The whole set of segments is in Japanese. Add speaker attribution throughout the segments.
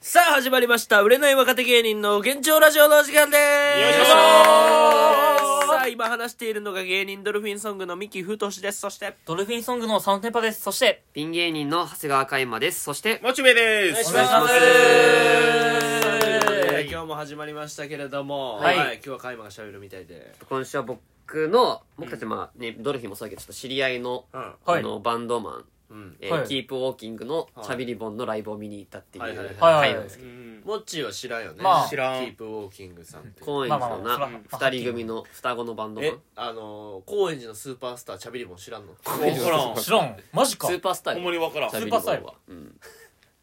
Speaker 1: さあ始まりました売れない若手芸人の現状ラジオのお時間で
Speaker 2: よい
Speaker 1: ー
Speaker 2: しょ
Speaker 1: す
Speaker 2: ー
Speaker 1: さあ今話しているのが芸人ドルフィンソングの三木太志ですそして
Speaker 3: ドルフィンソングのサウンテンパです。そして、
Speaker 4: ピン芸人の長谷川海馬です。そして、
Speaker 2: モチベです
Speaker 1: お
Speaker 3: お
Speaker 1: 願
Speaker 3: 願
Speaker 1: いしま
Speaker 3: いしますす
Speaker 1: えー今日も始まりましたけれども、は
Speaker 4: はいい
Speaker 1: 今日はカイマがしゃべるみたいで
Speaker 4: 今週は僕の、僕たちまあね、ドルフィンもそうだけど、ちょっと知り合いの、
Speaker 1: うん
Speaker 3: は
Speaker 4: あ
Speaker 3: い
Speaker 4: の、バンドマン、
Speaker 1: うん
Speaker 4: えー
Speaker 3: はい
Speaker 4: キープウォーキングの
Speaker 1: はい
Speaker 4: チャビリボンのライブを見に行ったっていう、
Speaker 1: は
Speaker 4: はいい
Speaker 1: はいはい
Speaker 3: はい
Speaker 4: なんですけ
Speaker 1: モッチーは知らんよね、
Speaker 3: まあ
Speaker 2: 知らん
Speaker 1: キープウォーキングさんって
Speaker 4: ど、高円寺の
Speaker 3: まあま
Speaker 4: な
Speaker 3: あまあ、
Speaker 4: 二人組の双子のバンドマ
Speaker 1: え
Speaker 4: ン。
Speaker 1: あのー、高円寺のスーパースターチャビリボン知らんの
Speaker 2: 分からん
Speaker 3: 知らん。マジか
Speaker 4: ス。ーパースター
Speaker 2: ほんまに分からん
Speaker 4: チャビリ
Speaker 3: ス
Speaker 4: ボ
Speaker 3: ー
Speaker 4: ン
Speaker 3: パースタ
Speaker 4: は。うん。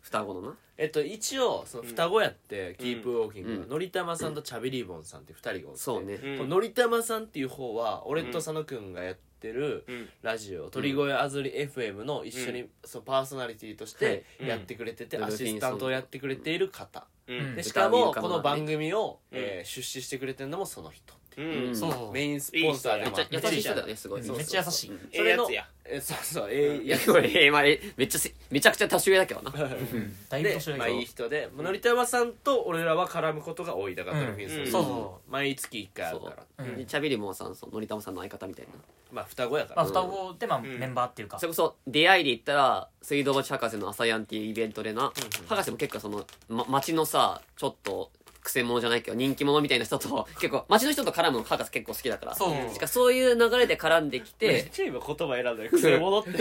Speaker 4: 双子のな。
Speaker 1: えっと一応その双子やって、キープウォーキングは、
Speaker 4: うん
Speaker 1: のりたまさんとチャビリボンさんって二人がおって
Speaker 4: そうね。
Speaker 2: うん
Speaker 1: こののりたまさんっていう方は俺と佐野くんがやってる
Speaker 2: うん
Speaker 1: ラジオ鳥越あずり FM の一緒にそのパーソナリティとして
Speaker 2: はい
Speaker 1: やってくれてて
Speaker 4: うん
Speaker 1: アシスタントをやってくれている方
Speaker 2: う
Speaker 3: うんん
Speaker 1: でしかも
Speaker 4: 歌
Speaker 1: こ
Speaker 4: う
Speaker 1: の
Speaker 4: 歌う
Speaker 1: 番組を
Speaker 2: うん
Speaker 1: えー出資してくれてるのもその人っていう
Speaker 4: うんん。
Speaker 3: そう
Speaker 4: め
Speaker 3: そう。
Speaker 1: メインスポンサーでもあって
Speaker 4: っちゃ優しい人だよね、すごい。
Speaker 3: めっちゃ優しい。
Speaker 1: それの
Speaker 2: ええや
Speaker 1: えそうそうええ
Speaker 4: いや、これ、えーまあえーめっちゃせ、めちゃくちゃ年上 だけどな。
Speaker 3: だいぶ
Speaker 1: で
Speaker 3: 年上
Speaker 1: ま
Speaker 3: だ
Speaker 1: あ
Speaker 3: け
Speaker 1: い
Speaker 3: ど
Speaker 1: い。人でのりたまさんと俺らは絡むことが多いだから
Speaker 3: う
Speaker 1: ド
Speaker 3: ん
Speaker 1: ルフィンさん
Speaker 2: うん
Speaker 3: そうそ
Speaker 1: 毎月1回あるか
Speaker 4: そ
Speaker 1: ら
Speaker 3: う
Speaker 4: う。で
Speaker 3: ん
Speaker 4: チャビリボンさん、そうのりたまさんの相方みたいな。
Speaker 1: まあ双子やか
Speaker 3: まあ、
Speaker 1: ら
Speaker 3: 双子で、まあ、
Speaker 2: ん
Speaker 3: メンバーっていうか
Speaker 4: そ。れこそ出会いで言ったら水道橋博士の朝やんっていうイベントでな、博士も結構その、ま、町のさちょっとくせ者じゃないけど人気者みたいな人と 結構町の人と絡むの博士結構好きだから
Speaker 3: そう。
Speaker 4: しかそういう流れで絡んでき
Speaker 1: めってちゃ今言葉選んだよくせ者って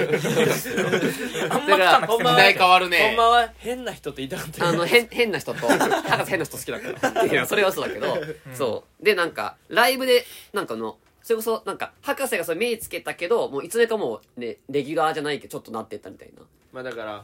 Speaker 4: だか
Speaker 3: あんま聞からなく
Speaker 1: ほ
Speaker 3: て
Speaker 1: ん
Speaker 3: も
Speaker 1: ま
Speaker 2: 時
Speaker 1: は
Speaker 2: 代変わる
Speaker 1: ほん
Speaker 2: ね
Speaker 1: まは変な人って言いたかったよ
Speaker 4: あの変変な人と博士変な人好きだからっていうのはそれはそうだけど、そうでなんかライブでなんかあのそれこそなんか博士がそれ目つけたけどもういつでかもうねレギュラーじゃないけどちょっとなってったみたいな
Speaker 1: まあだから、うん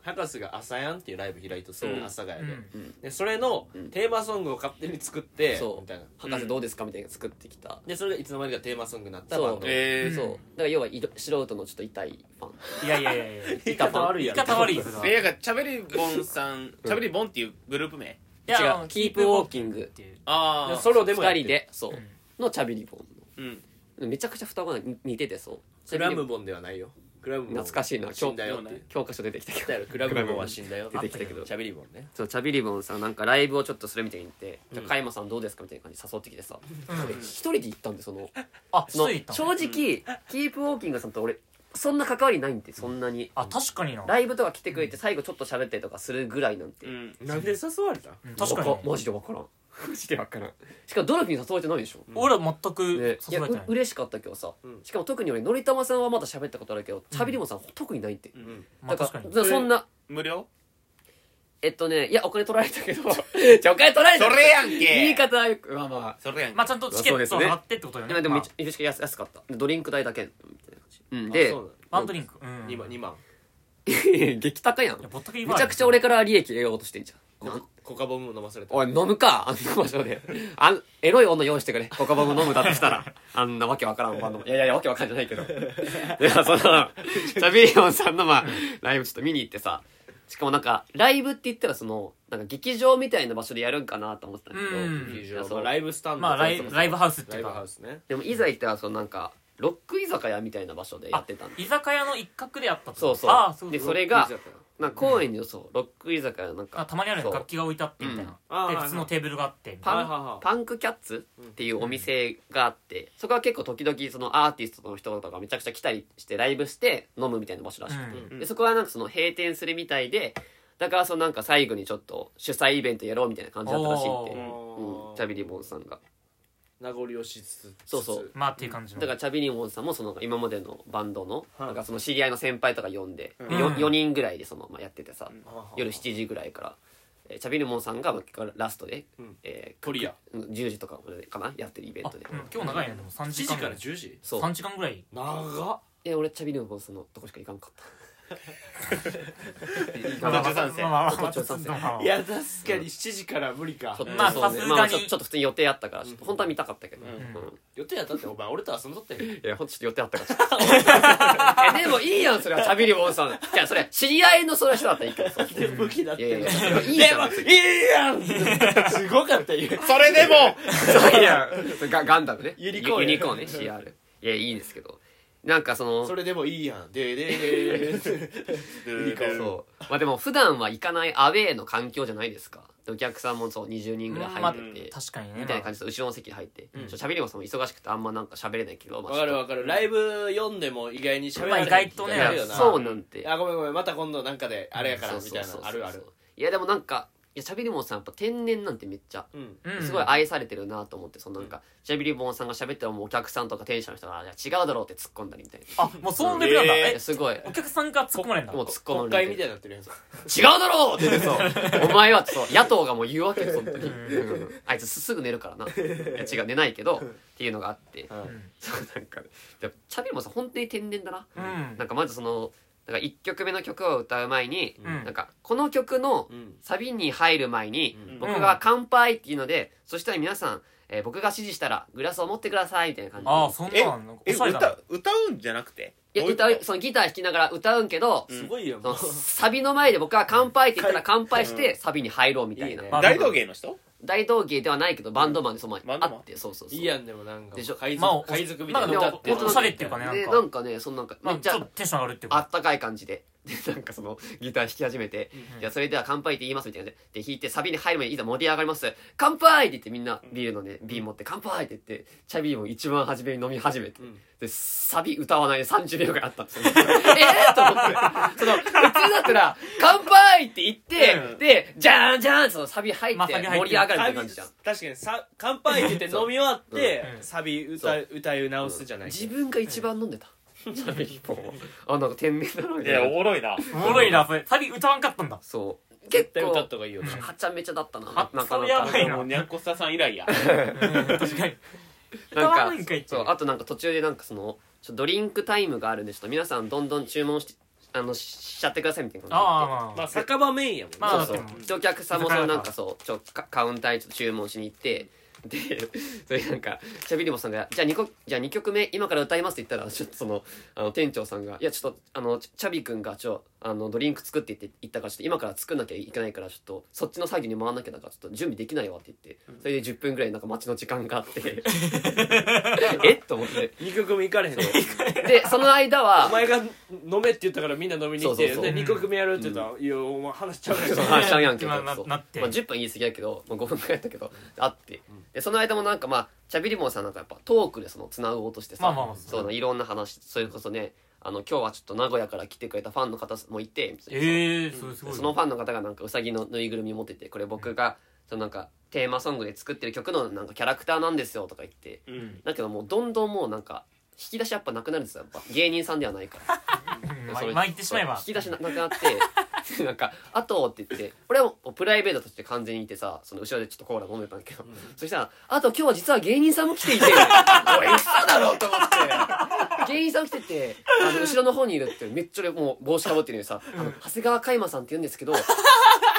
Speaker 1: 博士が「朝やん」っていうライブ開いとする、
Speaker 4: うん
Speaker 1: 朝がや
Speaker 3: う
Speaker 1: で,、
Speaker 3: ん
Speaker 1: でそれのテーマソングを勝手に作って、
Speaker 4: そう
Speaker 1: みたいな
Speaker 4: 博士どうですかみたいなの作ってきた、
Speaker 1: でそれがいつの間にかテーマソングになった
Speaker 4: そう
Speaker 1: バンド
Speaker 2: え
Speaker 4: そうだから要はいろ素人のちょっと痛いファン
Speaker 3: いやいやいやいや。
Speaker 1: 言い方悪い
Speaker 3: 言い
Speaker 1: やん
Speaker 3: 方悪いよ。
Speaker 2: ーえなんかチャベリボンさんチャベリボンっていうグループ名
Speaker 3: いやあ
Speaker 4: 違
Speaker 3: の
Speaker 4: うキープウォーキ
Speaker 3: グ
Speaker 4: ング
Speaker 3: っていう。
Speaker 2: ああ
Speaker 1: ソロでもやっ
Speaker 4: 2
Speaker 1: て
Speaker 4: 人でそう
Speaker 3: うん
Speaker 4: のチャビリボン
Speaker 2: うん
Speaker 4: のめちゃくちゃ双子が似ててそう
Speaker 1: クラムボンではないよクラムボン
Speaker 4: 懐かしいな
Speaker 1: 死んだよ
Speaker 2: 今日
Speaker 1: って
Speaker 4: 教科書出てきたけど
Speaker 1: だよクラムボンは死んだよ
Speaker 4: 出てきたけど
Speaker 1: チャビリボンね
Speaker 4: そうチャビリボンさんなんかライブをちょっとするみたいに言って「じゃあ加山さんどうですか?」みたいな感じで誘ってきてさ俺一人で行ったんでその
Speaker 3: あ、一
Speaker 4: その
Speaker 3: 人いたの
Speaker 4: 正直キープウォーキングさんと俺そんな関わりないんでそんなに
Speaker 3: あ、確かにな。
Speaker 4: ライブとか来てくれて最後ちょっと喋ったりとかするぐらいなんて
Speaker 2: うん
Speaker 1: なんで誘われた
Speaker 3: うん確か
Speaker 4: わ
Speaker 3: に。
Speaker 4: マジで分からんマジで分からんしかもドルフィン誘われてないでしょ
Speaker 3: 俺は全く
Speaker 4: ね、い
Speaker 3: 誘
Speaker 4: や
Speaker 3: われてな
Speaker 4: う
Speaker 3: い。
Speaker 4: 嬉しかったけどさ、
Speaker 1: ん
Speaker 4: しかも特に俺のりたまさんはまだ喋ったことあるけど、チャビリモさん特にないって、
Speaker 2: ん
Speaker 3: まあ
Speaker 4: だ
Speaker 3: 確
Speaker 4: か
Speaker 3: からに。
Speaker 4: そそんな
Speaker 2: 無 料
Speaker 4: えっとねいやお金取られたけど じゃあお金取られた
Speaker 2: それやんけ
Speaker 4: 言い方はよくまあまあ
Speaker 2: それやん
Speaker 3: まあ、ちゃんとチケットを払ってってことよ
Speaker 4: いや
Speaker 3: ね。
Speaker 4: でもめ
Speaker 3: ま
Speaker 4: っちゃめちゃくちゃ安安かったドリンク代だけみたいな感じ、うん、
Speaker 1: あ
Speaker 4: で
Speaker 1: そう
Speaker 3: あワンドリンク。うん。
Speaker 1: なの2万
Speaker 4: 激高やん
Speaker 3: いやぼったくり
Speaker 4: めちゃくちゃ俺から利益得ようとしてんじゃん
Speaker 1: 2万コカボム飲まされた
Speaker 4: おい飲むかあんな場所であんエロい女用意してくれコカボム飲むだとしたらあんなわけわからんバンドもいやいやいやわけわかんじゃないけどでそのチャビリオンさんの、まあ、ライブちょっと見に行ってさしかもなんかライブって言ったらそのなんか劇場みたいな場所でやるんかなと思ってたんだけど、
Speaker 3: うん
Speaker 1: 劇
Speaker 4: いや
Speaker 1: 場
Speaker 4: そう
Speaker 1: まあライブスタンド
Speaker 3: まあライ
Speaker 1: そうそうそう
Speaker 3: ライブハウスってい
Speaker 1: ライ
Speaker 3: うか
Speaker 1: ブハウスね
Speaker 4: でもいざ行ったらそのなんかロック居酒屋みたいな場所でやってたんだ
Speaker 3: 居酒屋の一角でやったと
Speaker 4: そうそう
Speaker 3: ああ、そう
Speaker 4: で
Speaker 3: そう
Speaker 4: それ
Speaker 1: ロ
Speaker 4: が
Speaker 1: ック居酒屋
Speaker 4: なんか公園にそうロック居酒屋のなん
Speaker 3: あ
Speaker 4: か
Speaker 3: たまにあるね
Speaker 4: そう
Speaker 3: 楽器が置いてあってみたい
Speaker 1: あ
Speaker 3: な
Speaker 1: あ
Speaker 3: で
Speaker 1: はい
Speaker 3: 普通のテーブルがあってみた
Speaker 4: パ
Speaker 3: い
Speaker 1: は
Speaker 3: な
Speaker 1: いはいはい
Speaker 4: ンパンクキャッツっていうお店があってそこは結構時々そのアーティストの人とかめちゃくちゃ来たりしてライブして飲むみたいな場所らしくて、
Speaker 2: うん
Speaker 4: でそこはなんかその閉店するみたいでだからそのなんか最後にちょっと主催イベントやろうみたいな感じだったらしいって、
Speaker 1: ー
Speaker 3: お
Speaker 4: うん、チャビリボンさんが
Speaker 1: 名残をしつつ
Speaker 4: そうそう
Speaker 3: まあっていう感じの
Speaker 4: だからチャビリボンさんもその今までのバンドの
Speaker 1: はい
Speaker 4: なんかその知り合いの先輩とか呼んで、
Speaker 2: うん
Speaker 4: でよ 4, 人ぐらいでその、まあ、やっててさ、夜
Speaker 1: 夜
Speaker 4: 7時ぐらいから、えーチャビリモンさんがまあ結構ラストで、
Speaker 1: うん
Speaker 4: えー
Speaker 1: トリア
Speaker 4: うん10時とかまでかなやってるイベン
Speaker 3: あ
Speaker 4: トで、
Speaker 3: うん今日長いねでも3
Speaker 1: 7
Speaker 3: 時
Speaker 1: 時
Speaker 3: 間
Speaker 1: から10時
Speaker 4: そう
Speaker 3: 3時間ぐらい
Speaker 1: 長っ
Speaker 4: え俺チャビリモンさんのとこしか行かんかった
Speaker 2: まあまあ途中参戦
Speaker 3: まあまあまあ
Speaker 4: 途中参戦
Speaker 3: まあまあまあ
Speaker 1: いや確かに7時から無理か
Speaker 4: ちょっと
Speaker 3: まあ
Speaker 4: そうね
Speaker 3: さすがに
Speaker 4: ちょちょっと普通に予定あったからちょっと本当は見たかったけど、うん
Speaker 1: 予定やったってお前俺と遊んどったよ
Speaker 4: いや、ほんとちょっと予定あったから。 えでもいいやん、それは、チャビリボンさん。いや、それ、知り合いのそれ人だったらいいけど、そう
Speaker 1: 武器だっ
Speaker 4: いやい
Speaker 1: て
Speaker 4: やいや、いいじゃん。
Speaker 1: いいやんすごかったよ
Speaker 2: それでも
Speaker 4: そういやガガンダムね
Speaker 1: ユニコーン
Speaker 4: ユニコーンね CR いやいいですけどなんかその
Speaker 5: それでもいいやんででで
Speaker 2: いいか
Speaker 4: そうまあでも普段は行かないアウェーの環境じゃないですかでお客さんもそう20人ぐらい入ってて、
Speaker 3: 確かにね
Speaker 4: みたいな感じで後ろの席に入って、ちょっと喋りもさんも忙しくてあんまなんか喋れないけど、まあ
Speaker 5: わかるわかるライブ読んでも意外に喋らない
Speaker 3: まあ意外とね
Speaker 5: 時あるよな
Speaker 4: そうなんて
Speaker 5: あごめんごめんまた今度なんかであれやから
Speaker 4: そう
Speaker 5: み
Speaker 4: そう
Speaker 5: たい
Speaker 4: そうそう
Speaker 5: なあるある
Speaker 4: いやでもなんかいやしゃべりもんさんやっぱ天然なんてめっちゃ
Speaker 5: うん
Speaker 3: うん
Speaker 4: すごい愛されてるなと思ってそのなんかしゃべりぼんさんが喋ってもお客さんとか店主の人が「いや違うだろ」うって突っ込んだりみたい
Speaker 3: あもうそんレベルなんだ
Speaker 2: え
Speaker 4: な
Speaker 2: ー
Speaker 4: いや
Speaker 3: え
Speaker 4: すごい
Speaker 3: お客さんから突っ込まれるんだ
Speaker 4: もう突っ込
Speaker 5: 国
Speaker 4: んだ
Speaker 5: 会
Speaker 4: り
Speaker 5: みたい
Speaker 4: 違
Speaker 5: になってるやん
Speaker 4: うだろ!」うって言って そう「お前は」ってそう野党がもう言うわけよ本当にうんあいつすすぐ寝るからないや違う寝ないけどっていうのがあってそうなんかでもしゃべりぼんさん本当に天然だな
Speaker 3: うん
Speaker 4: なんかまずそのなんか1曲目の曲を歌う前に
Speaker 3: うん
Speaker 4: なんかこの曲の
Speaker 5: うん
Speaker 4: サビに入る前に
Speaker 2: うん
Speaker 4: 僕が「乾杯」っていうのでそしたら皆さん、えー僕が指示したらグラスを持ってくださいみたいな感じで
Speaker 3: ああそんなんなんかお
Speaker 2: え
Speaker 3: しゃれだ
Speaker 2: 歌
Speaker 3: な
Speaker 2: 歌うんじゃなくて
Speaker 4: いや
Speaker 2: もう一
Speaker 4: 歌
Speaker 2: 個
Speaker 4: うそのギター弾きながら歌うんけど、
Speaker 2: うん
Speaker 5: すごいよ
Speaker 4: そ
Speaker 5: もう
Speaker 4: のサビの前で僕は「乾杯」って言ったら乾杯してサビに入ろうみたいな、
Speaker 5: いいね
Speaker 3: まあ
Speaker 2: 大道芸の人
Speaker 4: 大道芸ではないけどバンドマンでその
Speaker 2: バン
Speaker 4: あ
Speaker 2: ドマン
Speaker 4: ってそうそうそう
Speaker 5: いいやんでもなんか
Speaker 4: でしょ
Speaker 5: 海
Speaker 3: まあお
Speaker 5: 賊海賊みたいな
Speaker 4: なんかでもおおおしゃれ
Speaker 3: っていうかね
Speaker 4: で
Speaker 3: なん
Speaker 4: なんかねそのなんか
Speaker 3: ま
Speaker 4: め
Speaker 3: あ
Speaker 4: っち
Speaker 3: ちょっと
Speaker 4: ゃ
Speaker 3: テンション上がるっていう
Speaker 4: あ
Speaker 3: か
Speaker 4: ったかい感じででなんかそのギター弾き始めて、じゃあそれでは乾杯って言いますみたいな感じでで弾いてサビに入る前にいざ盛り上がります乾杯って言ってみんなビールのね瓶持って乾杯って言ってチャビーも一番初めに飲み始めて、
Speaker 5: ん
Speaker 4: でサビ歌わないで30秒ぐらいあったんですよえー、と思ってその普通だったら「乾杯!」って言って、
Speaker 2: うん
Speaker 4: で「じゃんじゃん!」そのサビ入
Speaker 3: ま
Speaker 4: って
Speaker 3: あサビ入
Speaker 4: 盛
Speaker 3: って
Speaker 4: り上がるって
Speaker 5: サビ
Speaker 4: 感じじゃん
Speaker 5: 確かにさ乾杯って言って飲み終わって
Speaker 3: うん
Speaker 5: サビ
Speaker 4: そ
Speaker 5: 歌歌い直すじゃない
Speaker 4: 自分が一番飲んでたしゃべり本をあなんか天然だなみ
Speaker 2: い
Speaker 4: たい
Speaker 2: やお
Speaker 4: な
Speaker 2: もろいな
Speaker 3: おもろいなそれサビ歌わんかっ たんだ
Speaker 4: そう
Speaker 5: 絶
Speaker 4: 結
Speaker 5: 対
Speaker 4: 構
Speaker 5: 歌った方がいいよね
Speaker 4: はちゃめちゃだったな
Speaker 3: は
Speaker 4: なか
Speaker 3: そ
Speaker 4: な
Speaker 3: れやば
Speaker 4: か
Speaker 3: いな
Speaker 2: もうにゃんこスタさん以来や
Speaker 3: 確かに歌
Speaker 4: な
Speaker 3: わ
Speaker 4: ん
Speaker 3: ん
Speaker 4: か
Speaker 3: かいって
Speaker 4: そうあとなんか途中でなんかそのちょドリンクタイムがあるんでちょっと皆さんどんどん注文してあのししちゃってくださいみたいな感
Speaker 3: ああ
Speaker 5: ま
Speaker 3: ま
Speaker 5: あ酒場メインやもんね
Speaker 3: まあ
Speaker 4: じでそう
Speaker 3: まあ
Speaker 4: そうでお客さんもその
Speaker 3: 居酒屋だから
Speaker 4: なんかそうちょカカウンターにちょっと注文しに行ってで それなんかしゃべりもさんが「じゃあ 2, 個じゃあ2曲目今から歌います」って言ったらちょっとそのあの店長さんが「いやちょっとあのチャチャビ君がちょあのドリンク作ってって言ったからちょっと今から作んなきゃいけないからちょっとそっちの作業に回んなきゃだからちょっと準備できないわ」って言ってそれで10分ぐらいなんか待ちの時間があってえっと思って。
Speaker 5: 二曲目行かれへんの
Speaker 4: でその間は
Speaker 5: お前が飲めって言ったからみんな飲みに来て
Speaker 4: そうそうそう
Speaker 5: で2曲目やるって言ったら「いやお前話しちゃうから」
Speaker 4: そう話しちゃうやんけど
Speaker 3: まあな
Speaker 4: そう
Speaker 3: なって
Speaker 4: まあ、10分言い過ぎやけど、まあ、5分くらいだったけどあってでその間もなんかまあチャビリモンさんなんかやっぱトークでそのつなごうとしてさ、
Speaker 3: まあまあまあ
Speaker 4: そういろんな話それこそねあの今日はちょっと名古屋から来てくれたファンの方もいてみたいな
Speaker 3: ええそれすごい
Speaker 4: そのファンの方がなんかうさぎのぬいぐるみ持っててこれ僕がそのなんかテーマソングで作ってる曲のなんかキャラクターなんですよとか言って
Speaker 2: うん
Speaker 4: だけどもうどんどんもうなんか引き出しやっぱなくなるんですよやっぱ芸人さんではないから
Speaker 3: うんま
Speaker 4: それ
Speaker 3: 巻いてしまえば
Speaker 4: そう引き出しななくなって なんか「あと」って言って俺はもうプライベートとして完全にいてさその後ろでちょっとコーラ飲んでたんだけど、そしたら「あと今日は実は芸人さんも来 ていて俺嘘だろ」と思って芸人さん来ててあの後ろの方にいるってめっちゃ俺もう帽子かぶってるのにさあの長谷川嘉山さんって言うんです けどし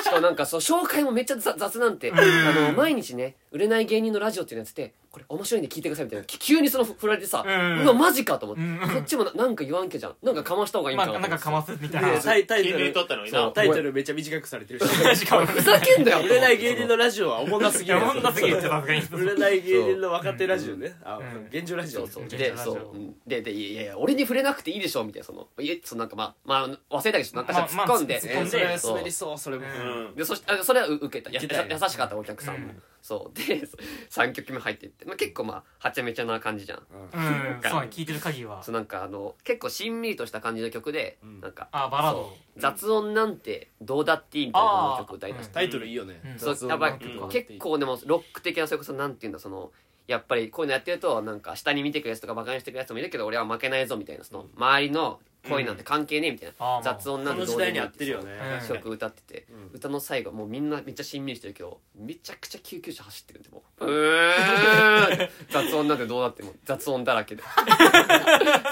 Speaker 4: かもなんかそう紹介もめっちゃ雑雑なんてあの毎日ね売れない芸人のラジオっていうのやつでこれ面白いんで聞いてくださいみたいなき急にその振られてさ「
Speaker 3: うん
Speaker 4: うわマジか」と思って、
Speaker 3: うん
Speaker 4: こっちもななんか言わんけじゃんなんかかました方がいいん
Speaker 3: ま
Speaker 4: か
Speaker 3: あ
Speaker 4: なと
Speaker 3: な
Speaker 4: 思っ
Speaker 3: ん
Speaker 4: て
Speaker 3: かかますみたい
Speaker 5: で
Speaker 3: な
Speaker 5: タイタイ
Speaker 2: 金
Speaker 5: ト
Speaker 2: 利
Speaker 5: ル
Speaker 2: 取ったのに
Speaker 4: そ
Speaker 2: な
Speaker 4: う
Speaker 5: タイトルめっちゃ短くされてるし
Speaker 3: しかも
Speaker 4: ふざけんだよ
Speaker 5: 売れない芸人のラジオはおもんなす
Speaker 3: い
Speaker 5: ぎる
Speaker 3: やもんなすぎるってさすがに
Speaker 5: 売れない芸人の若手ラジオねあ
Speaker 3: うん
Speaker 5: 現状ラジ
Speaker 4: そ
Speaker 5: オ
Speaker 4: うそう
Speaker 3: めちゃ
Speaker 4: で
Speaker 3: めちゃ
Speaker 4: そ
Speaker 3: ラジオ
Speaker 4: ううんででいやいや俺に触れなくていいでしょみたいなそのいやそのなんかまあまあ忘れたけどなんかしら突っ込んで、
Speaker 3: まあま
Speaker 5: え
Speaker 3: あ
Speaker 5: ーそれ
Speaker 4: そう
Speaker 5: 滑りそうそれも
Speaker 2: う
Speaker 3: うん
Speaker 2: ん
Speaker 4: でそしあそれはう受けたや
Speaker 5: 受けたよね
Speaker 4: や優しかったお客さんも、
Speaker 3: うん
Speaker 4: そうで そ3曲目入ってって、まあ、結構まあはちゃめちゃな感じじゃん
Speaker 3: うんそう聞いてる限りは
Speaker 4: そうなんかあの結構しんみりとした感じの曲で、
Speaker 5: ん
Speaker 4: なんか
Speaker 3: あバラード
Speaker 4: 雑音なんてどうだっていいみたいなこの曲歌いだして
Speaker 5: タイトルいいよね
Speaker 3: うん
Speaker 4: そうやっぱり
Speaker 2: うん
Speaker 4: 結構でもロック的なそれこそなんていうんだそのやっぱりこういうのやってるとなんか下に見てくるやつとかバカにしてくるやつもいるけど俺は負けないぞみたいなその周りの声なんて関係ねえみたいな、
Speaker 3: うん
Speaker 4: 雑音な
Speaker 5: こ
Speaker 4: んて
Speaker 5: の
Speaker 4: ど
Speaker 5: 時代
Speaker 4: うでも
Speaker 5: に
Speaker 4: いい
Speaker 5: 合
Speaker 4: っ
Speaker 5: って
Speaker 4: て
Speaker 5: る
Speaker 4: いう
Speaker 5: よね
Speaker 3: うん
Speaker 5: 確かに
Speaker 4: 曲歌ってて、
Speaker 5: うん
Speaker 4: 歌の最後もうみんなめっちゃしんみりしてるけどめちゃくちゃ救急車走ってるんでもううーんって雑音なんてどうなっても雑音だらけで